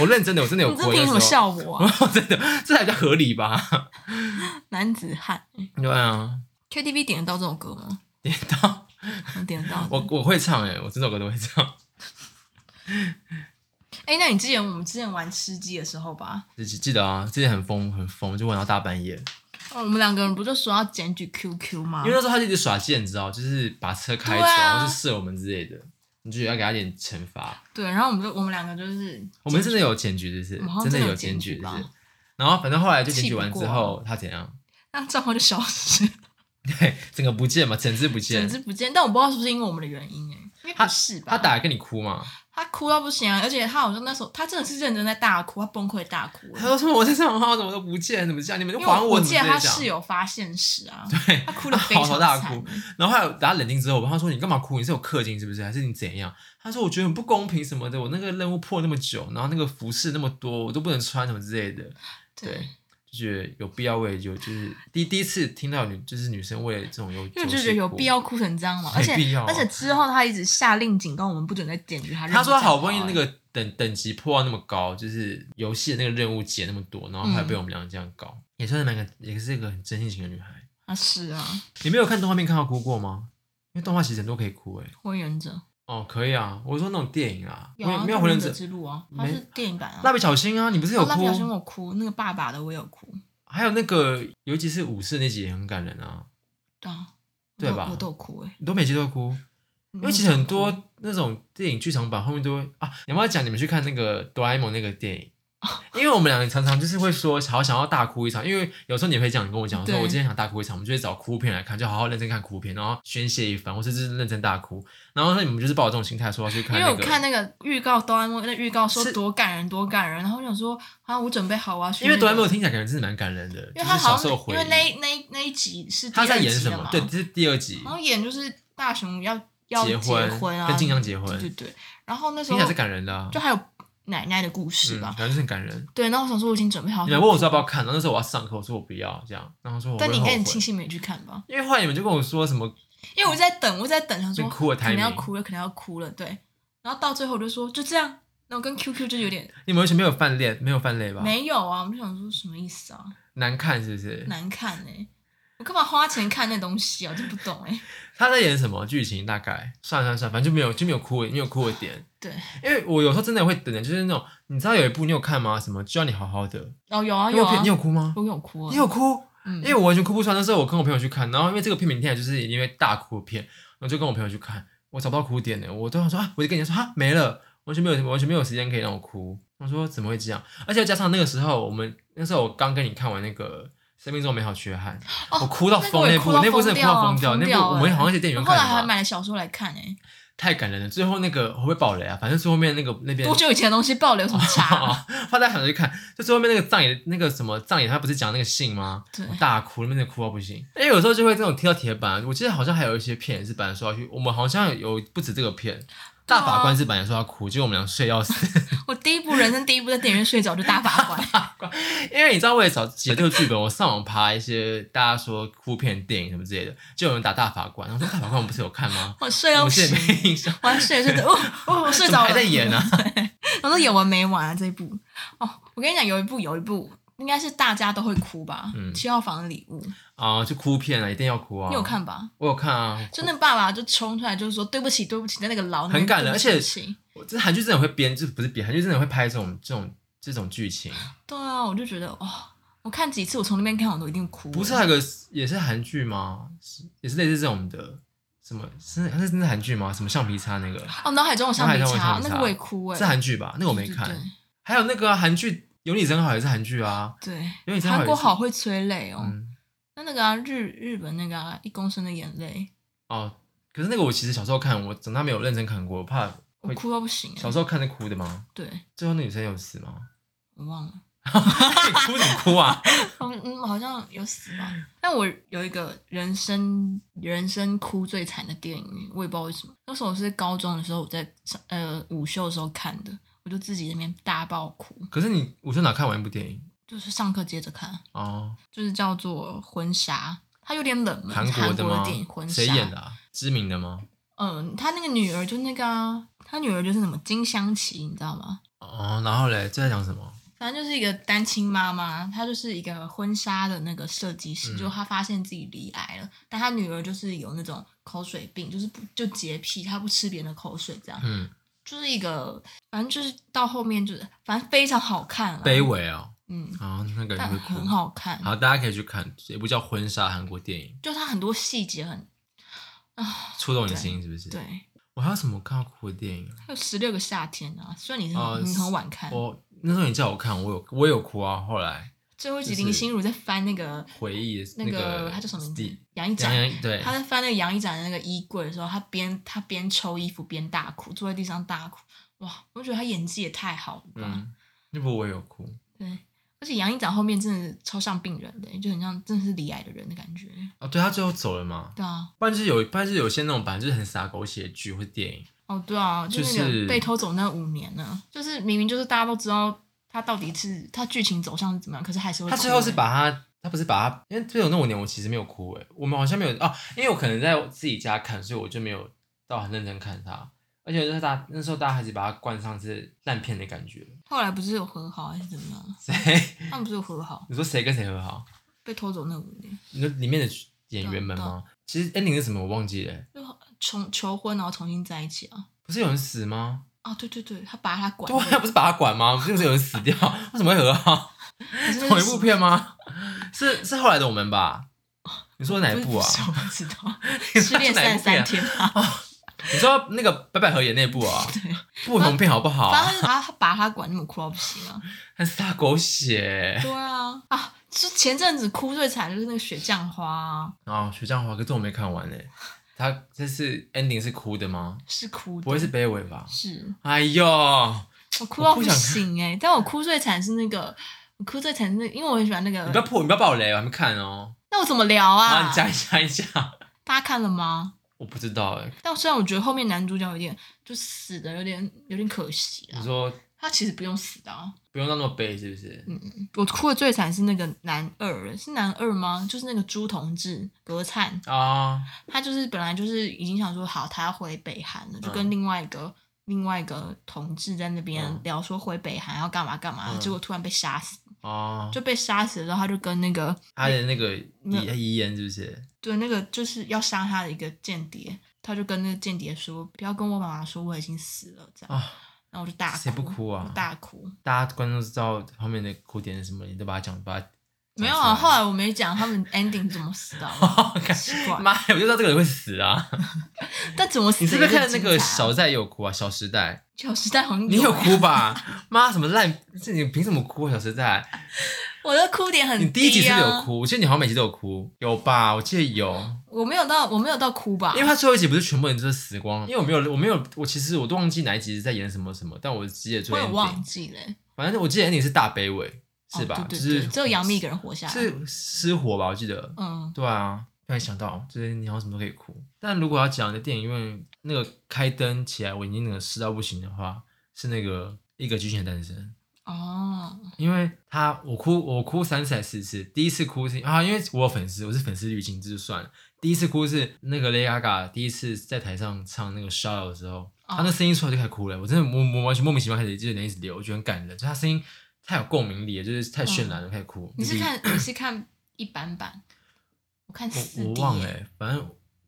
Speaker 1: 我认真的，我真的有
Speaker 2: 你这
Speaker 1: 哭。
Speaker 2: 凭什么
Speaker 1: 那时候？
Speaker 2: 笑我、啊？
Speaker 1: *laughs* 真的，这才叫合理吧？
Speaker 2: 男子汉
Speaker 1: 对啊，
Speaker 2: KTV 点得到这种歌吗？
Speaker 1: 点到
Speaker 2: 能点得到的。
Speaker 1: 我我会唱哎、我这首歌都会唱。 *laughs*
Speaker 2: 哎、那你之前我们之前玩吃鸡的时候吧，
Speaker 1: 自己记得啊，之前很疯很疯，就玩到大半夜。
Speaker 2: 哦我们两个人不就说要检举 QQ 吗
Speaker 1: 因为？那时候他就一直耍贱，你知道，就是把车开走，
Speaker 2: 啊对啊
Speaker 1: 然后就射我们之类的，你就要给他点惩罚。
Speaker 2: 对，然后我们就我们两个就是
Speaker 1: 我们真的有检举，就是
Speaker 2: 我们好像
Speaker 1: 真
Speaker 2: 真
Speaker 1: 的
Speaker 2: 的
Speaker 1: 有
Speaker 2: 有
Speaker 1: 检
Speaker 2: 检举
Speaker 1: 举，就
Speaker 2: 吧
Speaker 1: 是。然后反正后来就检举完
Speaker 2: 气
Speaker 1: 之
Speaker 2: 不过啊
Speaker 1: 后，他怎样？ *laughs*
Speaker 2: 那账号就消失，
Speaker 1: 对，整个不见嘛，整只不
Speaker 2: 简
Speaker 1: 见。
Speaker 2: 直不见。但我不知道是不是因为我们的原因哎、应该不是吧？
Speaker 1: 他打来跟你哭嘛？
Speaker 2: 他哭到不行啊，而且他好像那时候他真的是认真在大哭，他崩溃大哭欸。
Speaker 1: 他说什么我在上号怎么都不见，怎么这样？你们就
Speaker 2: 因为
Speaker 1: 还
Speaker 2: 我
Speaker 1: 怎
Speaker 2: 记
Speaker 1: 么
Speaker 2: 得他
Speaker 1: 这
Speaker 2: 室
Speaker 1: 样？
Speaker 2: 友发现时啊，
Speaker 1: 对，
Speaker 2: 他哭的非
Speaker 1: 嚎啕
Speaker 2: 常
Speaker 1: 大
Speaker 2: 惨
Speaker 1: 哭。然后后来等他冷静之后，我问他说：“你干嘛哭？你是有氪金是不是？还是你怎样？”他说：“我觉得很不公平什么的，我那个任务破那么久，然后那个服饰那么多，我都不能穿什么之类的。”对
Speaker 2: 对，，
Speaker 1: 就觉得有必要为就就是第第一次听到女就是女生为这种有，
Speaker 2: 因为就觉得有必。要哭成这样嘛，
Speaker 1: 没
Speaker 2: 而且
Speaker 1: 必要啊
Speaker 2: 而且之后他一直下令警告我们不准再检举他任何
Speaker 1: 他
Speaker 2: 账号
Speaker 1: 说
Speaker 2: 欸。
Speaker 1: 他好不容易那个等等级破到那么高，就是游戏的那个任务解那么多，然后还被我们两个这样搞，
Speaker 2: 嗯
Speaker 1: 也算是蛮个也是一个很真性情的女孩。
Speaker 2: 啊是啊，
Speaker 1: 你没有看动画片看到哭过吗？因为动画其实很多可以哭哎、
Speaker 2: 火影忍者
Speaker 1: 哦，可以啊，我说那种电影啊，
Speaker 2: 有啊，
Speaker 1: 没有
Speaker 2: 火
Speaker 1: 回
Speaker 2: 影
Speaker 1: 忍
Speaker 2: 者
Speaker 1: 者、
Speaker 2: 之路啊，它
Speaker 1: 没
Speaker 2: 是电影版啊。
Speaker 1: 蜡笔小新啊，你不是有
Speaker 2: 哦蜡
Speaker 1: 哭
Speaker 2: 笔？小新我哭，那个爸爸的我有哭，
Speaker 1: 还有那个，尤其是武士那集也很感人啊，
Speaker 2: 对啊，
Speaker 1: 对
Speaker 2: 我都
Speaker 1: 吧
Speaker 2: 我都有哭哎，
Speaker 1: 你都每集都会哭。
Speaker 2: 嗯
Speaker 1: 因为其实很多那种电影剧场版后面都会啊，你要不要讲你们去看那个哆啦 A 梦那个电影？
Speaker 2: 哦
Speaker 1: 因为我们两个常常就是会说好想要大哭一场，因为有时候你会这样跟我讲说，
Speaker 2: 对
Speaker 1: 我今天想大哭一场，我们就会找哭片来看，就好好认真看哭片，然后宣泄一番，或者是认真大哭。然后那你们就是抱着这种心态说要去
Speaker 2: 因
Speaker 1: 看
Speaker 2: 为
Speaker 1: 那
Speaker 2: 我
Speaker 1: 个，
Speaker 2: 看那个预告《哆啦 A 梦》，那预告说
Speaker 1: 是
Speaker 2: 多感人多感人，然后我想说啊，我准备好啊，去
Speaker 1: 因为
Speaker 2: 那
Speaker 1: 哆啦 A
Speaker 2: 个
Speaker 1: 梦听起来感觉真的蛮感人的，
Speaker 2: 因
Speaker 1: 就是
Speaker 2: 为他
Speaker 1: 小
Speaker 2: 好
Speaker 1: 时
Speaker 2: 像
Speaker 1: 候回
Speaker 2: 因为
Speaker 1: 忆。
Speaker 2: 那那一那一集是第
Speaker 1: 他在
Speaker 2: 二
Speaker 1: 演
Speaker 2: 集
Speaker 1: 什
Speaker 2: 了
Speaker 1: 么
Speaker 2: 嘛？
Speaker 1: 对，这是第二集
Speaker 2: 然，后演就是大雄要要
Speaker 1: 结婚
Speaker 2: 婚啊，
Speaker 1: 跟静香结婚
Speaker 2: 对对对。然后那时
Speaker 1: 听
Speaker 2: 候
Speaker 1: 起来是感人的、啊，
Speaker 2: 就还有奶奶的故事
Speaker 1: 嗯，
Speaker 2: 吧哦
Speaker 1: 感。觉是很感人。
Speaker 2: 对，然后我想说我已经准备好
Speaker 1: 你
Speaker 2: 了。
Speaker 1: 们问我说要不要看，然后那时候我要上课，我说我不要这样，然后说我会
Speaker 2: 但
Speaker 1: 后
Speaker 2: 你应该
Speaker 1: 悔
Speaker 2: 很。庆幸没去看吧？
Speaker 1: 因为后来你们就跟我说什么
Speaker 2: 因为我一直在等，我一直在等，想说
Speaker 1: 就哭的
Speaker 2: 可能要
Speaker 1: timing
Speaker 2: 哭了，可能要哭了。对，然后到最后我就说就这样。那我跟 QQ 就有点
Speaker 1: 你们完全没有犯累，没有犯累吧？
Speaker 2: 没有啊，我们就想说什么意思啊？
Speaker 1: 难看是不是？
Speaker 2: 难看哎、我干嘛花钱看那东西啊？我就不懂哎、
Speaker 1: 他在演什么剧情？大概算了算了算了，反正就没有就没有哭，没有哭的点。
Speaker 2: 啊对，
Speaker 1: 因为我有时候真的会等的，就是那种你知道有一部你有看吗？什么就要你好好的，
Speaker 2: 哦有啊
Speaker 1: 那部
Speaker 2: 有啊
Speaker 1: 片你，有哭吗？
Speaker 2: 我有哭啊，
Speaker 1: 你有哭？
Speaker 2: 嗯
Speaker 1: 因为我完全哭不出来。那时候我跟我朋友去看，然后因为这个片名听起来就是因为大哭的片，我就跟我朋友去看，我找不到哭点呢。我都想说啊，我就跟人家说啊没了，完全没有完全没有时间可以让我哭。我说怎么会这样？而且加上那个时候我们那时候我刚跟你看完那个。生命中美好缺憾，
Speaker 2: 哦
Speaker 1: 我哭到
Speaker 2: 那个
Speaker 1: 疯
Speaker 2: 我也
Speaker 1: 部，
Speaker 2: 哭到
Speaker 1: 那部真
Speaker 2: 疯
Speaker 1: 的哭到
Speaker 2: 掉啊
Speaker 1: 疯掉，那
Speaker 2: 疯掉
Speaker 1: 部我
Speaker 2: 欸
Speaker 1: 们好像在电影
Speaker 2: 我
Speaker 1: 院
Speaker 2: 后
Speaker 1: 看
Speaker 2: 来还
Speaker 1: 的吧，
Speaker 2: 买了小说来看哎、
Speaker 1: 太感人了。最后那个会不会爆雷啊？反正最后面那个那边
Speaker 2: 多久以前的东西爆雷有什么差、啊？
Speaker 1: 啊！后来想去看，就最后面那个葬礼，那个什么葬礼，他不是讲那个信吗？
Speaker 2: 对
Speaker 1: 我大哭，那边哭到不行。因为有时候就会这种踢到铁板，我记得好像还有一些片是本来说要去，我们好像有不止这个片，
Speaker 2: 啊
Speaker 1: 大法官是本来说要哭，结果我们俩睡要死。 *laughs*
Speaker 2: 我第一部人生第一部在电影院睡着就大法官，？
Speaker 1: 因为你知道，为了找写这个剧本，我上网爬一些大家说哭片电影什么之类的，就有人打大法官，然后说大法官我们不是有看吗
Speaker 2: *laughs* 我睡
Speaker 1: 我
Speaker 2: 到
Speaker 1: 们
Speaker 2: 不
Speaker 1: 是
Speaker 2: 行
Speaker 1: 也，没印象， *laughs*
Speaker 2: 我还睡睡着，哦哦，我睡
Speaker 1: 怎么
Speaker 2: 着了
Speaker 1: 还在演
Speaker 2: *laughs*
Speaker 1: 啊？
Speaker 2: 我说有完没完啊这一部哦，我跟你讲有一部有一部应该是大家都会哭吧，
Speaker 1: 嗯
Speaker 2: 七号房的礼物》
Speaker 1: 啊，就哭片啊，一定要哭啊！
Speaker 2: 你有？看吧？
Speaker 1: 我有看啊，
Speaker 2: 就那爸爸就冲出来就是说对不起对不起，在那个牢里面
Speaker 1: 很感人
Speaker 2: 对不起
Speaker 1: 而且
Speaker 2: 对不起
Speaker 1: 我这韩剧真的会编，就不是编，韩剧真的会拍这种这种这种剧情。
Speaker 2: 对啊，我就觉得哦，我看几次我从那边看我都一定哭了，
Speaker 1: 不是 *laughs* 还有个也是韩剧吗？是也是类似这种的，什么是那是那是韩剧吗？什么橡皮擦那个
Speaker 2: 哦，脑海中有橡
Speaker 1: 脑
Speaker 2: 皮
Speaker 1: 海中有
Speaker 2: 擦
Speaker 1: 橡皮擦
Speaker 2: 那个我也哭哎，
Speaker 1: 是韩剧吧？那个我没
Speaker 2: 对
Speaker 1: 看。
Speaker 2: 对对
Speaker 1: 还还有那个啊韩剧《有你真好》也是韩剧啊，
Speaker 2: 对，
Speaker 1: 有你真好也是
Speaker 2: 韩国好会催泪哦。
Speaker 1: 嗯，
Speaker 2: 那那个啊，日日本那个啊，一公升的眼泪，
Speaker 1: 哦，可是那个我其实小时候看，我长大没有认真看过，我怕
Speaker 2: 我
Speaker 1: 会
Speaker 2: 哭到不行欸。
Speaker 1: 小时候看是哭的吗？
Speaker 2: 对，
Speaker 1: 最后那女生有死吗？
Speaker 2: 我忘了，
Speaker 1: 你哭什么哭啊？ *laughs*
Speaker 2: 嗯嗯，好像有死吧。但我有一个人生人生哭最惨的电影，我也不知道为什么。那时候我是高中的时候，我在上呃午休的时候看的，我就自己在那边大爆哭，
Speaker 1: 可是你我就哪看完一部电影
Speaker 2: 就是上课接着看，
Speaker 1: 哦，
Speaker 2: 就是叫做《婚纱》，它有点冷门，
Speaker 1: 韩
Speaker 2: 是
Speaker 1: 国
Speaker 2: 韩
Speaker 1: 的
Speaker 2: 国
Speaker 1: 吗
Speaker 2: 的电影《婚？纱》
Speaker 1: 谁演的？啊？知名的吗？
Speaker 2: 嗯，他那个女儿就那个、啊，他女儿就是什么金香琪，你知道吗？
Speaker 1: 哦，然后嘞，这在讲什么？
Speaker 2: 反正就是一个单亲妈妈，她就是一个婚纱的那个设计师，
Speaker 1: 嗯
Speaker 2: 就她发现自己罹癌了，但她女儿就是有那种口水病，就是不就洁癖，她不吃别人的口水，这样
Speaker 1: 嗯，
Speaker 2: 就是一个，反正就是到后面就是反正非常好看了，
Speaker 1: 卑，微哦，
Speaker 2: 嗯，
Speaker 1: 啊，那个人
Speaker 2: 但
Speaker 1: 会哭
Speaker 2: 很。好看，
Speaker 1: 好，大家可以去看，有一部叫《婚纱》韩国电影，
Speaker 2: 就它很多细节很啊，
Speaker 1: 触动你的心是不是？，
Speaker 2: 对，
Speaker 1: 我还有什么看到哭的电影啊？
Speaker 2: 还有十六个夏天啊，虽然你很、
Speaker 1: 哦
Speaker 2: 你很晚看，
Speaker 1: 我那时候你叫我看，我有我有哭啊。后来
Speaker 2: 最后一集
Speaker 1: 就是
Speaker 2: 林心如在翻那个
Speaker 1: 回忆
Speaker 2: 那
Speaker 1: 个
Speaker 2: 个他叫什么名字
Speaker 1: Steve-
Speaker 2: 杨一
Speaker 1: 杨
Speaker 2: 展。
Speaker 1: 洋对，
Speaker 2: 他在翻那个杨一展的那个衣柜的时候，他边他边抽衣服边大哭，坐在地上大哭。哇，我觉得他演技也太好了吧。
Speaker 1: 嗯，那部我也有哭。
Speaker 2: 对，而且杨一展后面真的是超像病人的、就很像真的是离癌的人的感觉。
Speaker 1: 哦，对他最后走了嘛？
Speaker 2: 对啊，
Speaker 1: 不然就是有，不然就是有些那种本来就是很傻狗血的剧或是电影，
Speaker 2: 哦对啊，就
Speaker 1: 就
Speaker 2: 那
Speaker 1: 是
Speaker 2: 个被偷走那五年呢，就是明明就是大家都知道他到底是他剧情走向是怎么样，可是还是会哭
Speaker 1: 他
Speaker 2: 欸。
Speaker 1: 最后是把他，他不是把他，因为最后那五年我其实没有哭诶，我们好像没有哦，因为我可能在自己家看，所以我就没有到很认真看他，而且就是大那时候大家还是把他冠上是烂片的感觉。
Speaker 2: 后来不是有和好还是怎么样？
Speaker 1: 谁？
Speaker 2: 他们不是有和好，
Speaker 1: 你说谁跟谁和好？
Speaker 2: 被偷走那五年，
Speaker 1: 你说里面的演员们吗？其实 ending 是什么我忘记了、
Speaker 2: 就重求婚然后重新在一起啊。
Speaker 1: 不是有人死吗？
Speaker 2: 啊，对对对，他把他管
Speaker 1: 对啊，不是把他管吗？不是有人死掉？为什么会和好？
Speaker 2: 可是那是
Speaker 1: 同一部片吗？是是后来的我们吧？你说哪一部啊？，
Speaker 2: 不是我不知道
Speaker 1: *laughs* 你
Speaker 2: 失
Speaker 1: 说
Speaker 2: 恋
Speaker 1: 哪一
Speaker 2: 三
Speaker 1: 部片
Speaker 2: 三
Speaker 1: 啊
Speaker 2: 天啊。
Speaker 1: 你说那个白百合演那部啊？
Speaker 2: 对，
Speaker 1: 不同片好不好
Speaker 2: 反
Speaker 1: 啊？
Speaker 2: 正他他把他管那么哭到不行啊。
Speaker 1: 还是大狗血
Speaker 2: 对啊，啊，就前阵子哭最惨的就是那个雪降花啊，
Speaker 1: 啊！雪降华，可是我没看完呢。欸他这次 ending 是哭的吗？
Speaker 2: 是哭的，
Speaker 1: 不会是卑微吧？
Speaker 2: 是
Speaker 1: 哎呦，你
Speaker 2: 我哭到
Speaker 1: 我
Speaker 2: 不
Speaker 1: 不想看
Speaker 2: 行哎、但我哭最惨是那个，我哭最惨是那个，因为我很喜欢那
Speaker 1: 不要
Speaker 2: 个，
Speaker 1: 破，你不要爆雷，我还没看哦。
Speaker 2: 那我怎么聊
Speaker 1: 啊，
Speaker 2: 啊
Speaker 1: 你？讲一下一 *laughs* 下，
Speaker 2: 大家看了吗？
Speaker 1: 我不知道哎。
Speaker 2: 但虽然我觉得后面男主角有点就死的有点有点可惜
Speaker 1: 你
Speaker 2: 啊，
Speaker 1: 说
Speaker 2: 他其实不用死的、啊。
Speaker 1: 不用到那么悲是不是？
Speaker 2: 我哭的最惨是那个男二，是男二吗？就是那个朱同志格灿，
Speaker 1: 啊，
Speaker 2: 他就是本来就是已经想说好，他要回北韩了，就
Speaker 1: 嗯
Speaker 2: 跟另外一个、另外一个同志在那
Speaker 1: 嗯
Speaker 2: 边聊说回北韩要干嘛干嘛，
Speaker 1: 嗯
Speaker 2: 结果突然被杀死，
Speaker 1: 哦，
Speaker 2: 就被杀死了之后，他就跟那个
Speaker 1: 他的那个
Speaker 2: 那
Speaker 1: 遗遗言是不是？
Speaker 2: 对那个就是要杀他的一个间谍，他就跟那个间谍说不要跟我妈妈说我已经死了这样，
Speaker 1: 啊，
Speaker 2: 然后我就大哭，
Speaker 1: 谁不哭啊
Speaker 2: 我大哭。
Speaker 1: 大家观众知道后面的哭点是什么，你都把它讲把它讲
Speaker 2: 没有啊，
Speaker 1: 出
Speaker 2: 后来我没讲他们 ending 怎么死的好不
Speaker 1: *laughs*
Speaker 2: 好，奇怪
Speaker 1: 妈呀，我就知道这个人会死啊！
Speaker 2: 但怎么死
Speaker 1: 你是
Speaker 2: 也精
Speaker 1: 不
Speaker 2: 彩啊？
Speaker 1: 是看那个《小在有哭》啊，《小时代
Speaker 2: 小时代好像》？
Speaker 1: 你有啊
Speaker 2: 欸
Speaker 1: 哭吧？妈，什么烂？这你凭什么哭啊？《小时代
Speaker 2: 我的哭点》很低、啊。
Speaker 1: 你第一集是不是有？哭？我记得你好像每集都有哭，有吧？我记得有，
Speaker 2: 我没有到，我没有到哭吧？
Speaker 1: 因为他最后一集不是全部人都死光了？因为我没有，我没有，我其实我都忘记哪一集是在演什么什么，但我记得最
Speaker 2: 我
Speaker 1: 后
Speaker 2: 也
Speaker 1: ending
Speaker 2: 忘记了、
Speaker 1: 反正我记得 ending 是大悲尾，是吧？
Speaker 2: 哦、对
Speaker 1: 就
Speaker 2: 对
Speaker 1: 是
Speaker 2: 对，只有杨幂一个人活下来。
Speaker 1: 是失火吧？我记得，
Speaker 2: 嗯，
Speaker 1: 对啊，突然想到，就是你好像什么都可以哭。但如果要讲的电影院那个开灯起来我已经那个湿到不行的话，是那个一个巨蟹诞生，
Speaker 2: 哦，
Speaker 1: 因为他我哭我哭三次还是四次，第一次哭是啊，因为我有粉丝，我是粉丝滤镜，这就算了。第一次哭是那个 Lady Gaga 第一次在台上唱那个 s h o u t 的时候，
Speaker 2: 哦
Speaker 1: 他那声音出来就开始哭了，我真的我我完全莫名其妙开始就有点一直流，我觉得很感人，就他声音太有共鸣力了，就是太渲染了，开始哭。
Speaker 2: 嗯你是
Speaker 1: 比
Speaker 2: 看你是看一般版，我看四
Speaker 1: 我
Speaker 2: D、
Speaker 1: 我忘了、欸，反正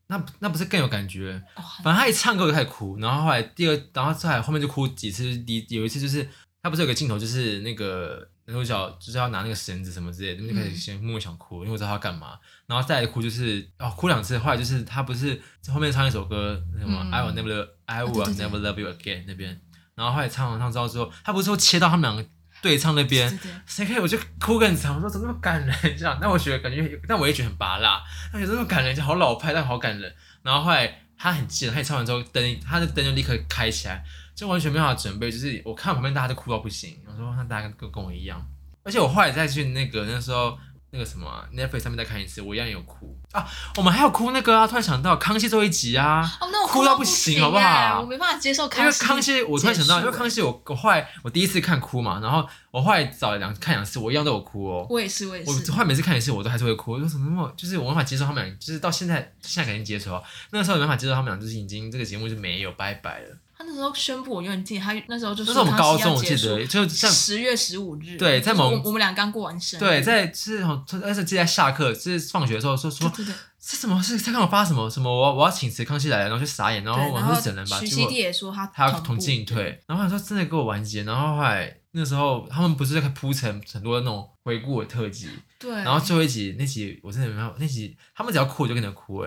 Speaker 1: 那不那不是更有感觉？
Speaker 2: 哦
Speaker 1: 反正他一唱歌我就开始哭，然后后来第二，然后再来后面就哭几次，第有一次就是他不是有个镜头，就是那个男主角就是要拿那个绳子什么之类的，就开始先默默想哭，因为我知道他要干嘛，然后再来哭就是哦哭两次，后来就是他不是后面唱一首歌那什么、
Speaker 2: 嗯
Speaker 1: I will never I
Speaker 2: 对
Speaker 1: will
Speaker 2: 对对
Speaker 1: never love you again 那边，然后后来唱完唱之后之后，他不是说切到他们两个对唱那边
Speaker 2: 对，对
Speaker 1: 谁可以我就哭更惨，我说怎么那么感人这样？但我觉得感觉，但我也觉得很拔辣，他觉得这么感人，就好老派，但好感人。然后后来他很贱，他也唱完之后灯，他的灯就立刻开起来，就完全没办法准备。就是我看旁边大家都哭到不行，我说那大家跟跟我一样。而且我后来再去那个那时候那个什么啊 Netflix 上面再看一次，我一样有哭啊。我们还有哭那个啊，突然想到康熙最后一集啊，
Speaker 2: 哦，那我
Speaker 1: 哭到
Speaker 2: 到
Speaker 1: 不行
Speaker 2: 行，
Speaker 1: 好不好
Speaker 2: 哎我没办法接受
Speaker 1: 因
Speaker 2: 康
Speaker 1: 为
Speaker 2: 熙。
Speaker 1: 康熙，我突然想到，因
Speaker 2: 结束
Speaker 1: 为康熙我我后来我第一次看哭嘛，然后我后来找了两看两次，我一样都有哭哦。
Speaker 2: 我也是，我也
Speaker 1: 我
Speaker 2: 是。
Speaker 1: 后来每次看一次，我都还是会哭。我说怎么那么，就是我无法接受他们俩，就是到现在现在肯定接受啊，那时候没办法接受他们俩，就是已经这个节目就没有拜拜了。
Speaker 2: 他那时候宣布，我永远记得，他那时候就
Speaker 1: 那
Speaker 2: 说
Speaker 1: 是我们高中，我
Speaker 2: 康熙
Speaker 1: 记
Speaker 2: 要结束啊
Speaker 1: 得就像
Speaker 2: 十月十五日，
Speaker 1: 对在
Speaker 2: 就是
Speaker 1: 某
Speaker 2: 我我们俩刚过完生，
Speaker 1: 对，在是好像，而且记得在下课，就是放学的时候说
Speaker 2: 对
Speaker 1: 说
Speaker 2: 对对，
Speaker 1: 这什么事，他看我发什么什么，我要我要请辞康熙来了，然后就傻眼，然后
Speaker 2: 对
Speaker 1: 我
Speaker 2: 然
Speaker 1: 说
Speaker 2: 后
Speaker 1: 是整人吧，
Speaker 2: 徐
Speaker 1: 结
Speaker 2: 熙
Speaker 1: 果
Speaker 2: 娣也说他
Speaker 1: 他要
Speaker 2: 同
Speaker 1: 同
Speaker 2: 步
Speaker 1: 进退，然后他说真的给我完结，然后后来那时候他们不是在铺陈很多那种回顾的特辑，
Speaker 2: 对，
Speaker 1: 然后最后一集那集我真的没办法，那集他们只要哭我就跟着哭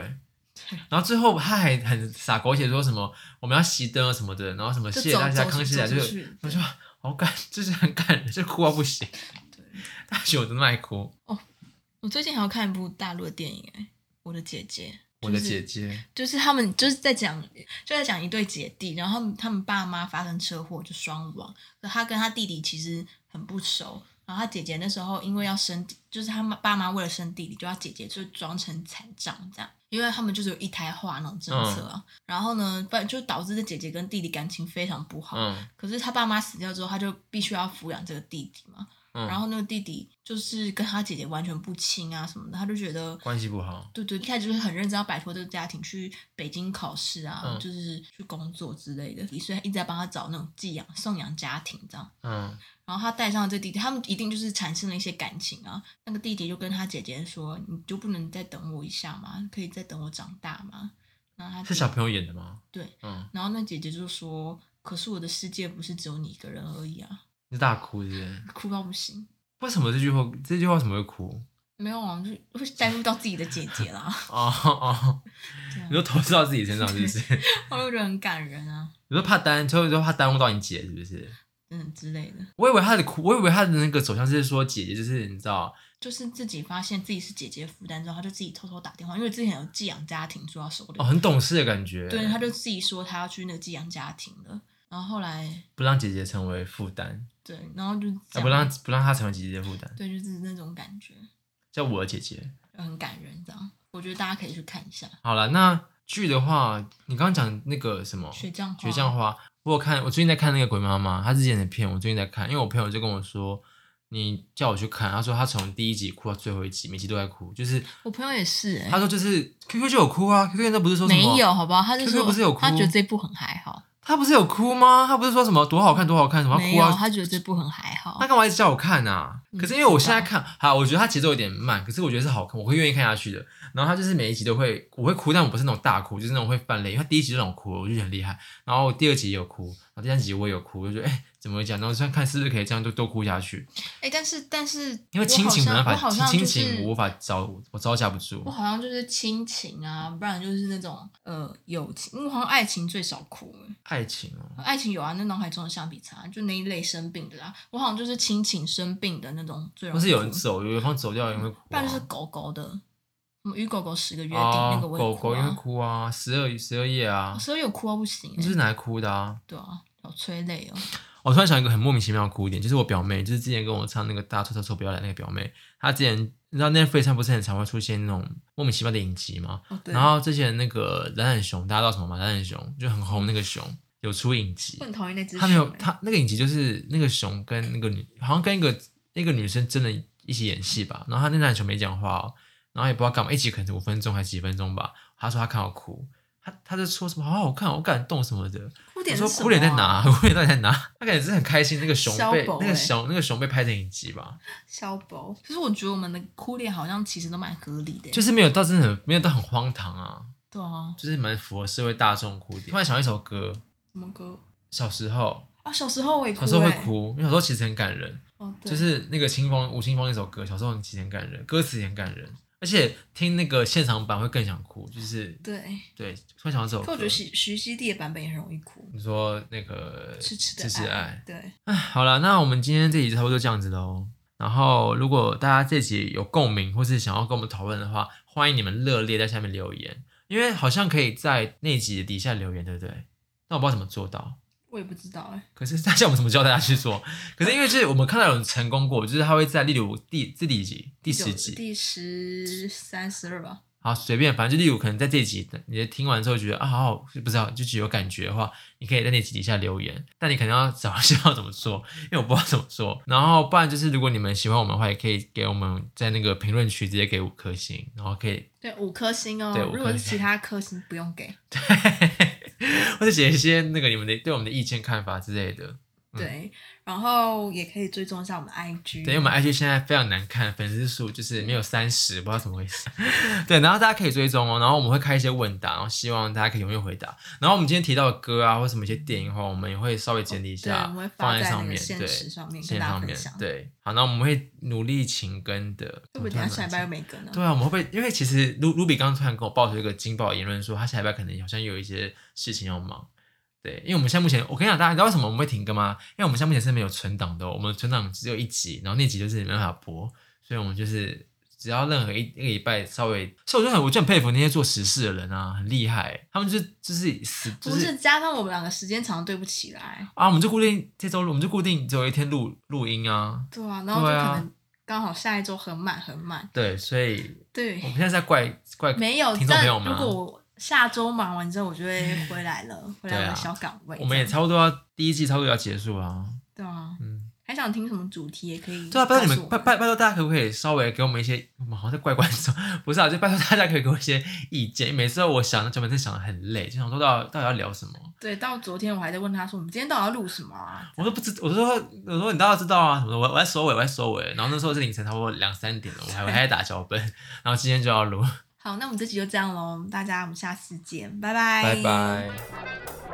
Speaker 1: 哎、然后最后他还很傻狗血说什么我们要熄灯啊什么的，然后什么
Speaker 2: 就
Speaker 1: 谢谢
Speaker 2: 走
Speaker 1: 大家
Speaker 2: 走
Speaker 1: 康
Speaker 2: 出
Speaker 1: 熙来，啊
Speaker 2: 走
Speaker 1: 就
Speaker 2: 出
Speaker 1: 是
Speaker 2: 去
Speaker 1: 我
Speaker 2: 对
Speaker 1: 说好感，就是很感 *laughs* 人，就哭到不行。大学我真的爱哭，
Speaker 2: 我最近还要看一部大陆的电影，哎，我的姐姐，
Speaker 1: 我的
Speaker 2: 就是
Speaker 1: 姐姐，
Speaker 2: 就是他们就是在讲，就在讲一对姐弟，然后他们他们爸妈发生车祸就双亡，可他跟他弟弟其实很不熟，然后他姐姐那时候因为要生，就是他们爸妈为了生弟弟，就他姐姐就装成残障这样，因为他们就是有一胎化那种政
Speaker 1: 嗯
Speaker 2: 策啊，然后呢，不然就导致这姐姐跟弟弟感情非常不好，
Speaker 1: 嗯
Speaker 2: 可是他爸妈死掉之后，他就必须要抚养这个弟弟嘛，
Speaker 1: 嗯，
Speaker 2: 然后那个弟弟就是跟他姐姐完全不亲啊什么的，他就觉得
Speaker 1: 关系不好，
Speaker 2: 对对，一开始就是很认真要摆脱这个家庭，去北京考试啊，
Speaker 1: 嗯
Speaker 2: 就是去工作之类的，所以一直在帮他找那种寄养、送养家庭这样。
Speaker 1: 嗯
Speaker 2: 然后他带上了这弟弟，他们一定就是产生了一些感情啊。那个弟弟就跟他姐姐说：“你就不能再等我一下吗？可以再等我长大吗？”然后他
Speaker 1: 是
Speaker 2: 姐
Speaker 1: 小朋友演的吗？
Speaker 2: 对，
Speaker 1: 嗯，
Speaker 2: 然后那姐姐就说：“可是我的世界不是只有你一个人而已啊
Speaker 1: 你大哭是不是？！”
Speaker 2: 哭到不行，
Speaker 1: 为什么这句话这句话为什么会哭？
Speaker 2: 没有啊，就是会带入到自己的姐姐啦。
Speaker 1: 哦哦，
Speaker 2: 对啊 *laughs*
Speaker 1: 你说投射到自己身上是 *laughs* 不是？
Speaker 2: 我就觉得很感人啊，
Speaker 1: 你说怕耽，所以说怕耽误到你姐是不是？
Speaker 2: 嗯之类的，
Speaker 1: 我以为他的哭，我以为他的那个走向是说姐姐就是你知道，
Speaker 2: 就是自己发现自己是姐姐负担之后，他就自己偷偷打电话，因为之前有寄养家庭说要收留，
Speaker 1: 哦，很懂事的感觉，
Speaker 2: 对，他就自己说他要去那个寄养家庭了，然后后来
Speaker 1: 不让姐姐成为负担，
Speaker 2: 对，然后就
Speaker 1: 啊
Speaker 2: 这样
Speaker 1: 不让不让她成为姐姐的负担，
Speaker 2: 对，就是那种感觉，
Speaker 1: 叫我的姐姐。
Speaker 2: 就很感人这样，我觉得大家可以去看一下
Speaker 1: 好了，那剧的话，你刚刚讲那个什么
Speaker 2: 《雪降花》，
Speaker 1: 倔强花，我有看，我最近在看那个《鬼妈妈》，她之前的片，我最近在看，因为我朋友就跟我说，你叫我去看，他说他从第一集哭到最后一集，每集都在哭，就是
Speaker 2: 我朋友也是、欸，
Speaker 1: 他说就是 QQ 就有哭啊，QQ 那不是说什
Speaker 2: 没
Speaker 1: 么
Speaker 2: 有好不好？他就
Speaker 1: QQ
Speaker 2: 说
Speaker 1: 不是有哭
Speaker 2: 他觉得这部很还好，
Speaker 1: 他不是有哭吗？他不是说什么多好看多好看什么要
Speaker 2: 没
Speaker 1: 哭
Speaker 2: 有，
Speaker 1: 啊？
Speaker 2: 他觉得这部很还好
Speaker 1: 他，干嘛一直叫我看啊？
Speaker 2: 嗯
Speaker 1: 可是因为我现在看，好，我觉得他节奏有点慢，可是我觉得是好看，我会愿意看下去的。然后他就是每一集都会，我会哭，但我不是那种大哭，就是那种会泛泪。因为他第一集就让我哭了，我就觉得很厉害。然后第二集也有哭，然后第三集我也有哭，我就觉得哎、怎么会讲？然后这样看是不是可以这样都都哭下去？
Speaker 2: 哎、但是但是
Speaker 1: 因为
Speaker 2: 我
Speaker 1: 亲
Speaker 2: 好
Speaker 1: 情没
Speaker 2: 像
Speaker 1: 办
Speaker 2: 我好
Speaker 1: 法，
Speaker 2: 像
Speaker 1: 亲
Speaker 2: 就是
Speaker 1: 情我无法招，我招架不
Speaker 2: 我
Speaker 1: 住。
Speaker 2: 好像就是亲情啊，不然就是那种呃友情，因为我好像爱情最少哭欸
Speaker 1: 爱情哦，
Speaker 2: 爱情有啊，那脑海中的橡皮擦就那一类生病的啦。我好像就是亲情生病的那种最容
Speaker 1: 或
Speaker 2: 易哭，
Speaker 1: 是有人走，有一方走掉，有人会哭、啊。
Speaker 2: 不然就是狗狗的，什么与狗狗十个约定、那
Speaker 1: 哦
Speaker 2: 个
Speaker 1: 狗
Speaker 2: 我也
Speaker 1: 狗
Speaker 2: 哭
Speaker 1: 也会
Speaker 2: 啊，哦
Speaker 1: 哭啊，十二十二夜啊
Speaker 2: 我，所以有哭到不行、
Speaker 1: 你就
Speaker 2: 欸，
Speaker 1: 是拿来哭的啊。
Speaker 2: 对啊，好催泪哦。
Speaker 1: 我突然想一个很莫名其妙的哭点，就是我表妹，就是之前跟我唱那个《大错特错不要来》那个表妹，她之前你知道 Netflix 上不是很常会出现那种莫名其妙的影集吗？
Speaker 2: 哦对
Speaker 1: 然后之前那个懒懒熊，大家知道什么吗？懒懒熊就很红那个熊有出影集
Speaker 2: 我，很讨厌那只
Speaker 1: 他没有
Speaker 2: 熊欸
Speaker 1: 他那个影集就是那个熊跟那个女，好像跟一个那个女生真的一起演戏吧，然后他那男熊没讲话哦，然后也不知道干嘛，一集可能五分钟还是几分钟吧，他说他看到哭，他他就说什么哦好好看，好感动什么的。
Speaker 2: 哭点
Speaker 1: 我说
Speaker 2: 是什
Speaker 1: 哭脸在
Speaker 2: 么
Speaker 1: 哪？ *laughs*
Speaker 2: 啊？
Speaker 1: 哭脸到底在哪？他感觉是很开心，那个熊
Speaker 2: 消
Speaker 1: 被
Speaker 2: 薄
Speaker 1: 那个
Speaker 2: 欸
Speaker 1: 熊那个熊被拍成影集吧，
Speaker 2: 消薄。可是我觉得我们的哭点好像其实都蛮合理的欸、
Speaker 1: 就是没有到真的很没有到很荒唐啊，
Speaker 2: 对啊，
Speaker 1: 就是蛮符合社会大众哭点。突然想到一首歌，
Speaker 2: 什么歌
Speaker 1: 小时候
Speaker 2: 啊？小时候我也哭、
Speaker 1: 小
Speaker 2: 欸，
Speaker 1: 时候会哭，因为小时候其实很感人，
Speaker 2: 哦，对
Speaker 1: 就是那个清风吴青峰那首歌，小时候其实很感人，歌词也很感人，而而且听那个现场版会更想哭，就是
Speaker 2: 对，
Speaker 1: 对，突然想到这首
Speaker 2: 可我
Speaker 1: 歌
Speaker 2: 觉得。徐徐熙娣的版本也很容易哭，
Speaker 1: 你说那个
Speaker 2: 痴痴的
Speaker 1: 痴痴爱，
Speaker 2: 对，
Speaker 1: 唉，好了，那我们今天这集差不多这样子喽。然后，如果大家这集有共鸣，或是想要跟我们讨论的话，欢迎你们热烈在下面留言，因为好像可以在那集底下留言，对不对？但我不知道怎么做到。
Speaker 2: 我也不知道哎、
Speaker 1: 可是大家我们怎么教大家去做？可是因为就是我们看到有人成功过，就是他会在例如第这第几集、第
Speaker 2: 有
Speaker 1: 十集，
Speaker 2: 第十三、十二吧。
Speaker 1: 好随便，反正就例如可能在这集，你听完之后觉得啊好好，不知道就只有感觉的话，你可以在那集底下留言，但你可能要找一 *laughs* 下要怎么做，因为我不知道怎么做。然后不然就是如果你们喜欢我们的话，也可以给我们在那个评论区直接给五颗星，然后可以 *laughs*
Speaker 2: 对，五颗星哦。
Speaker 1: 对五颗星
Speaker 2: 如果是其他颗星，不用给。
Speaker 1: 或者写一些那个你们的对我们的意见看法之类的。嗯
Speaker 2: 对，然后也可以追踪一下我们的 IG。
Speaker 1: 对，因为我们 IG 现在非常难看，粉丝数就是没有三十，不知道怎么回事。 *laughs* 对，然后大家可以追踪哦，然后我们会开一些问答，然后希望大家可以踊跃回答。然后我们今天提到的歌啊，或什么一些电影的话，我们也会稍微整理一
Speaker 2: 哦对，我
Speaker 1: 下
Speaker 2: 们会，
Speaker 1: 放
Speaker 2: 发在
Speaker 1: 上
Speaker 2: 那个
Speaker 1: 面，
Speaker 2: 现
Speaker 1: 对，
Speaker 2: 实上面跟
Speaker 1: 线
Speaker 2: 大家
Speaker 1: 上
Speaker 2: 分
Speaker 1: 面
Speaker 2: 享。，
Speaker 1: 对。好，那我们会努力勤更的。
Speaker 2: 会不会
Speaker 1: 我
Speaker 2: 等
Speaker 1: 突
Speaker 2: 一
Speaker 1: 然
Speaker 2: 下下礼
Speaker 1: 忘
Speaker 2: 拜又
Speaker 1: 记
Speaker 2: 没跟呢？
Speaker 1: 对啊，我们会不会因为其实卢卢比刚刚突然跟我爆出一个惊爆的言论，说他下礼拜可能好像有一些事情要忙。对，因为我们现在目前，我跟你讲，大家你知道为什么我们会停更吗？因为我们现在目前是没有存档的哦、我们存档只有一集，然后那集就是没办法播，所以我们就是只要任何一一个礼拜稍微，所以我就很我就很佩服那些做实事的人啊，很厉害，他们就就是死就
Speaker 2: 不是加上我们两个时间长对不起来。
Speaker 1: 啊，我们就固定这周录，我们就固定只有一天录录音啊，
Speaker 2: 对啊，然后就
Speaker 1: 对啊
Speaker 2: 可能刚好下一周很满很满。
Speaker 1: 对，所以
Speaker 2: 对
Speaker 1: 我，们现在在怪怪 *laughs*
Speaker 2: 没有
Speaker 1: 听。众
Speaker 2: 但
Speaker 1: 朋友们
Speaker 2: 如
Speaker 1: 啊
Speaker 2: 果我下周忙完之后，我就会回来
Speaker 1: *laughs*
Speaker 2: 了，回来我
Speaker 1: 对啊
Speaker 2: 的小岗位。
Speaker 1: 我们也
Speaker 2: 这样
Speaker 1: 差不多要第一季差不多要结束了啊，
Speaker 2: 对啊，
Speaker 1: 嗯。
Speaker 2: 还想听什么主题也可以。
Speaker 1: 对啊，拜托你们，拜
Speaker 2: 拜。
Speaker 1: 拜拜托大家可不可以稍微给我们一些，我们好像在怪观众，不是啊，就拜托大家可以给我一些意见。每次我想，就每次想的很累，就想说到底到底要聊什么，
Speaker 2: 对，到昨天我还在问他说，我们今天到底要录什么啊？
Speaker 1: 我都不知，我都说我说你当然知道啊，什么的我我在收尾，我在收尾。然后那时候是凌晨差不多两三点了，我还我还在打脚本，然后今天就要录，
Speaker 2: 好，那我们这集就这样喽，大家我们下次见，拜拜，
Speaker 1: 拜拜。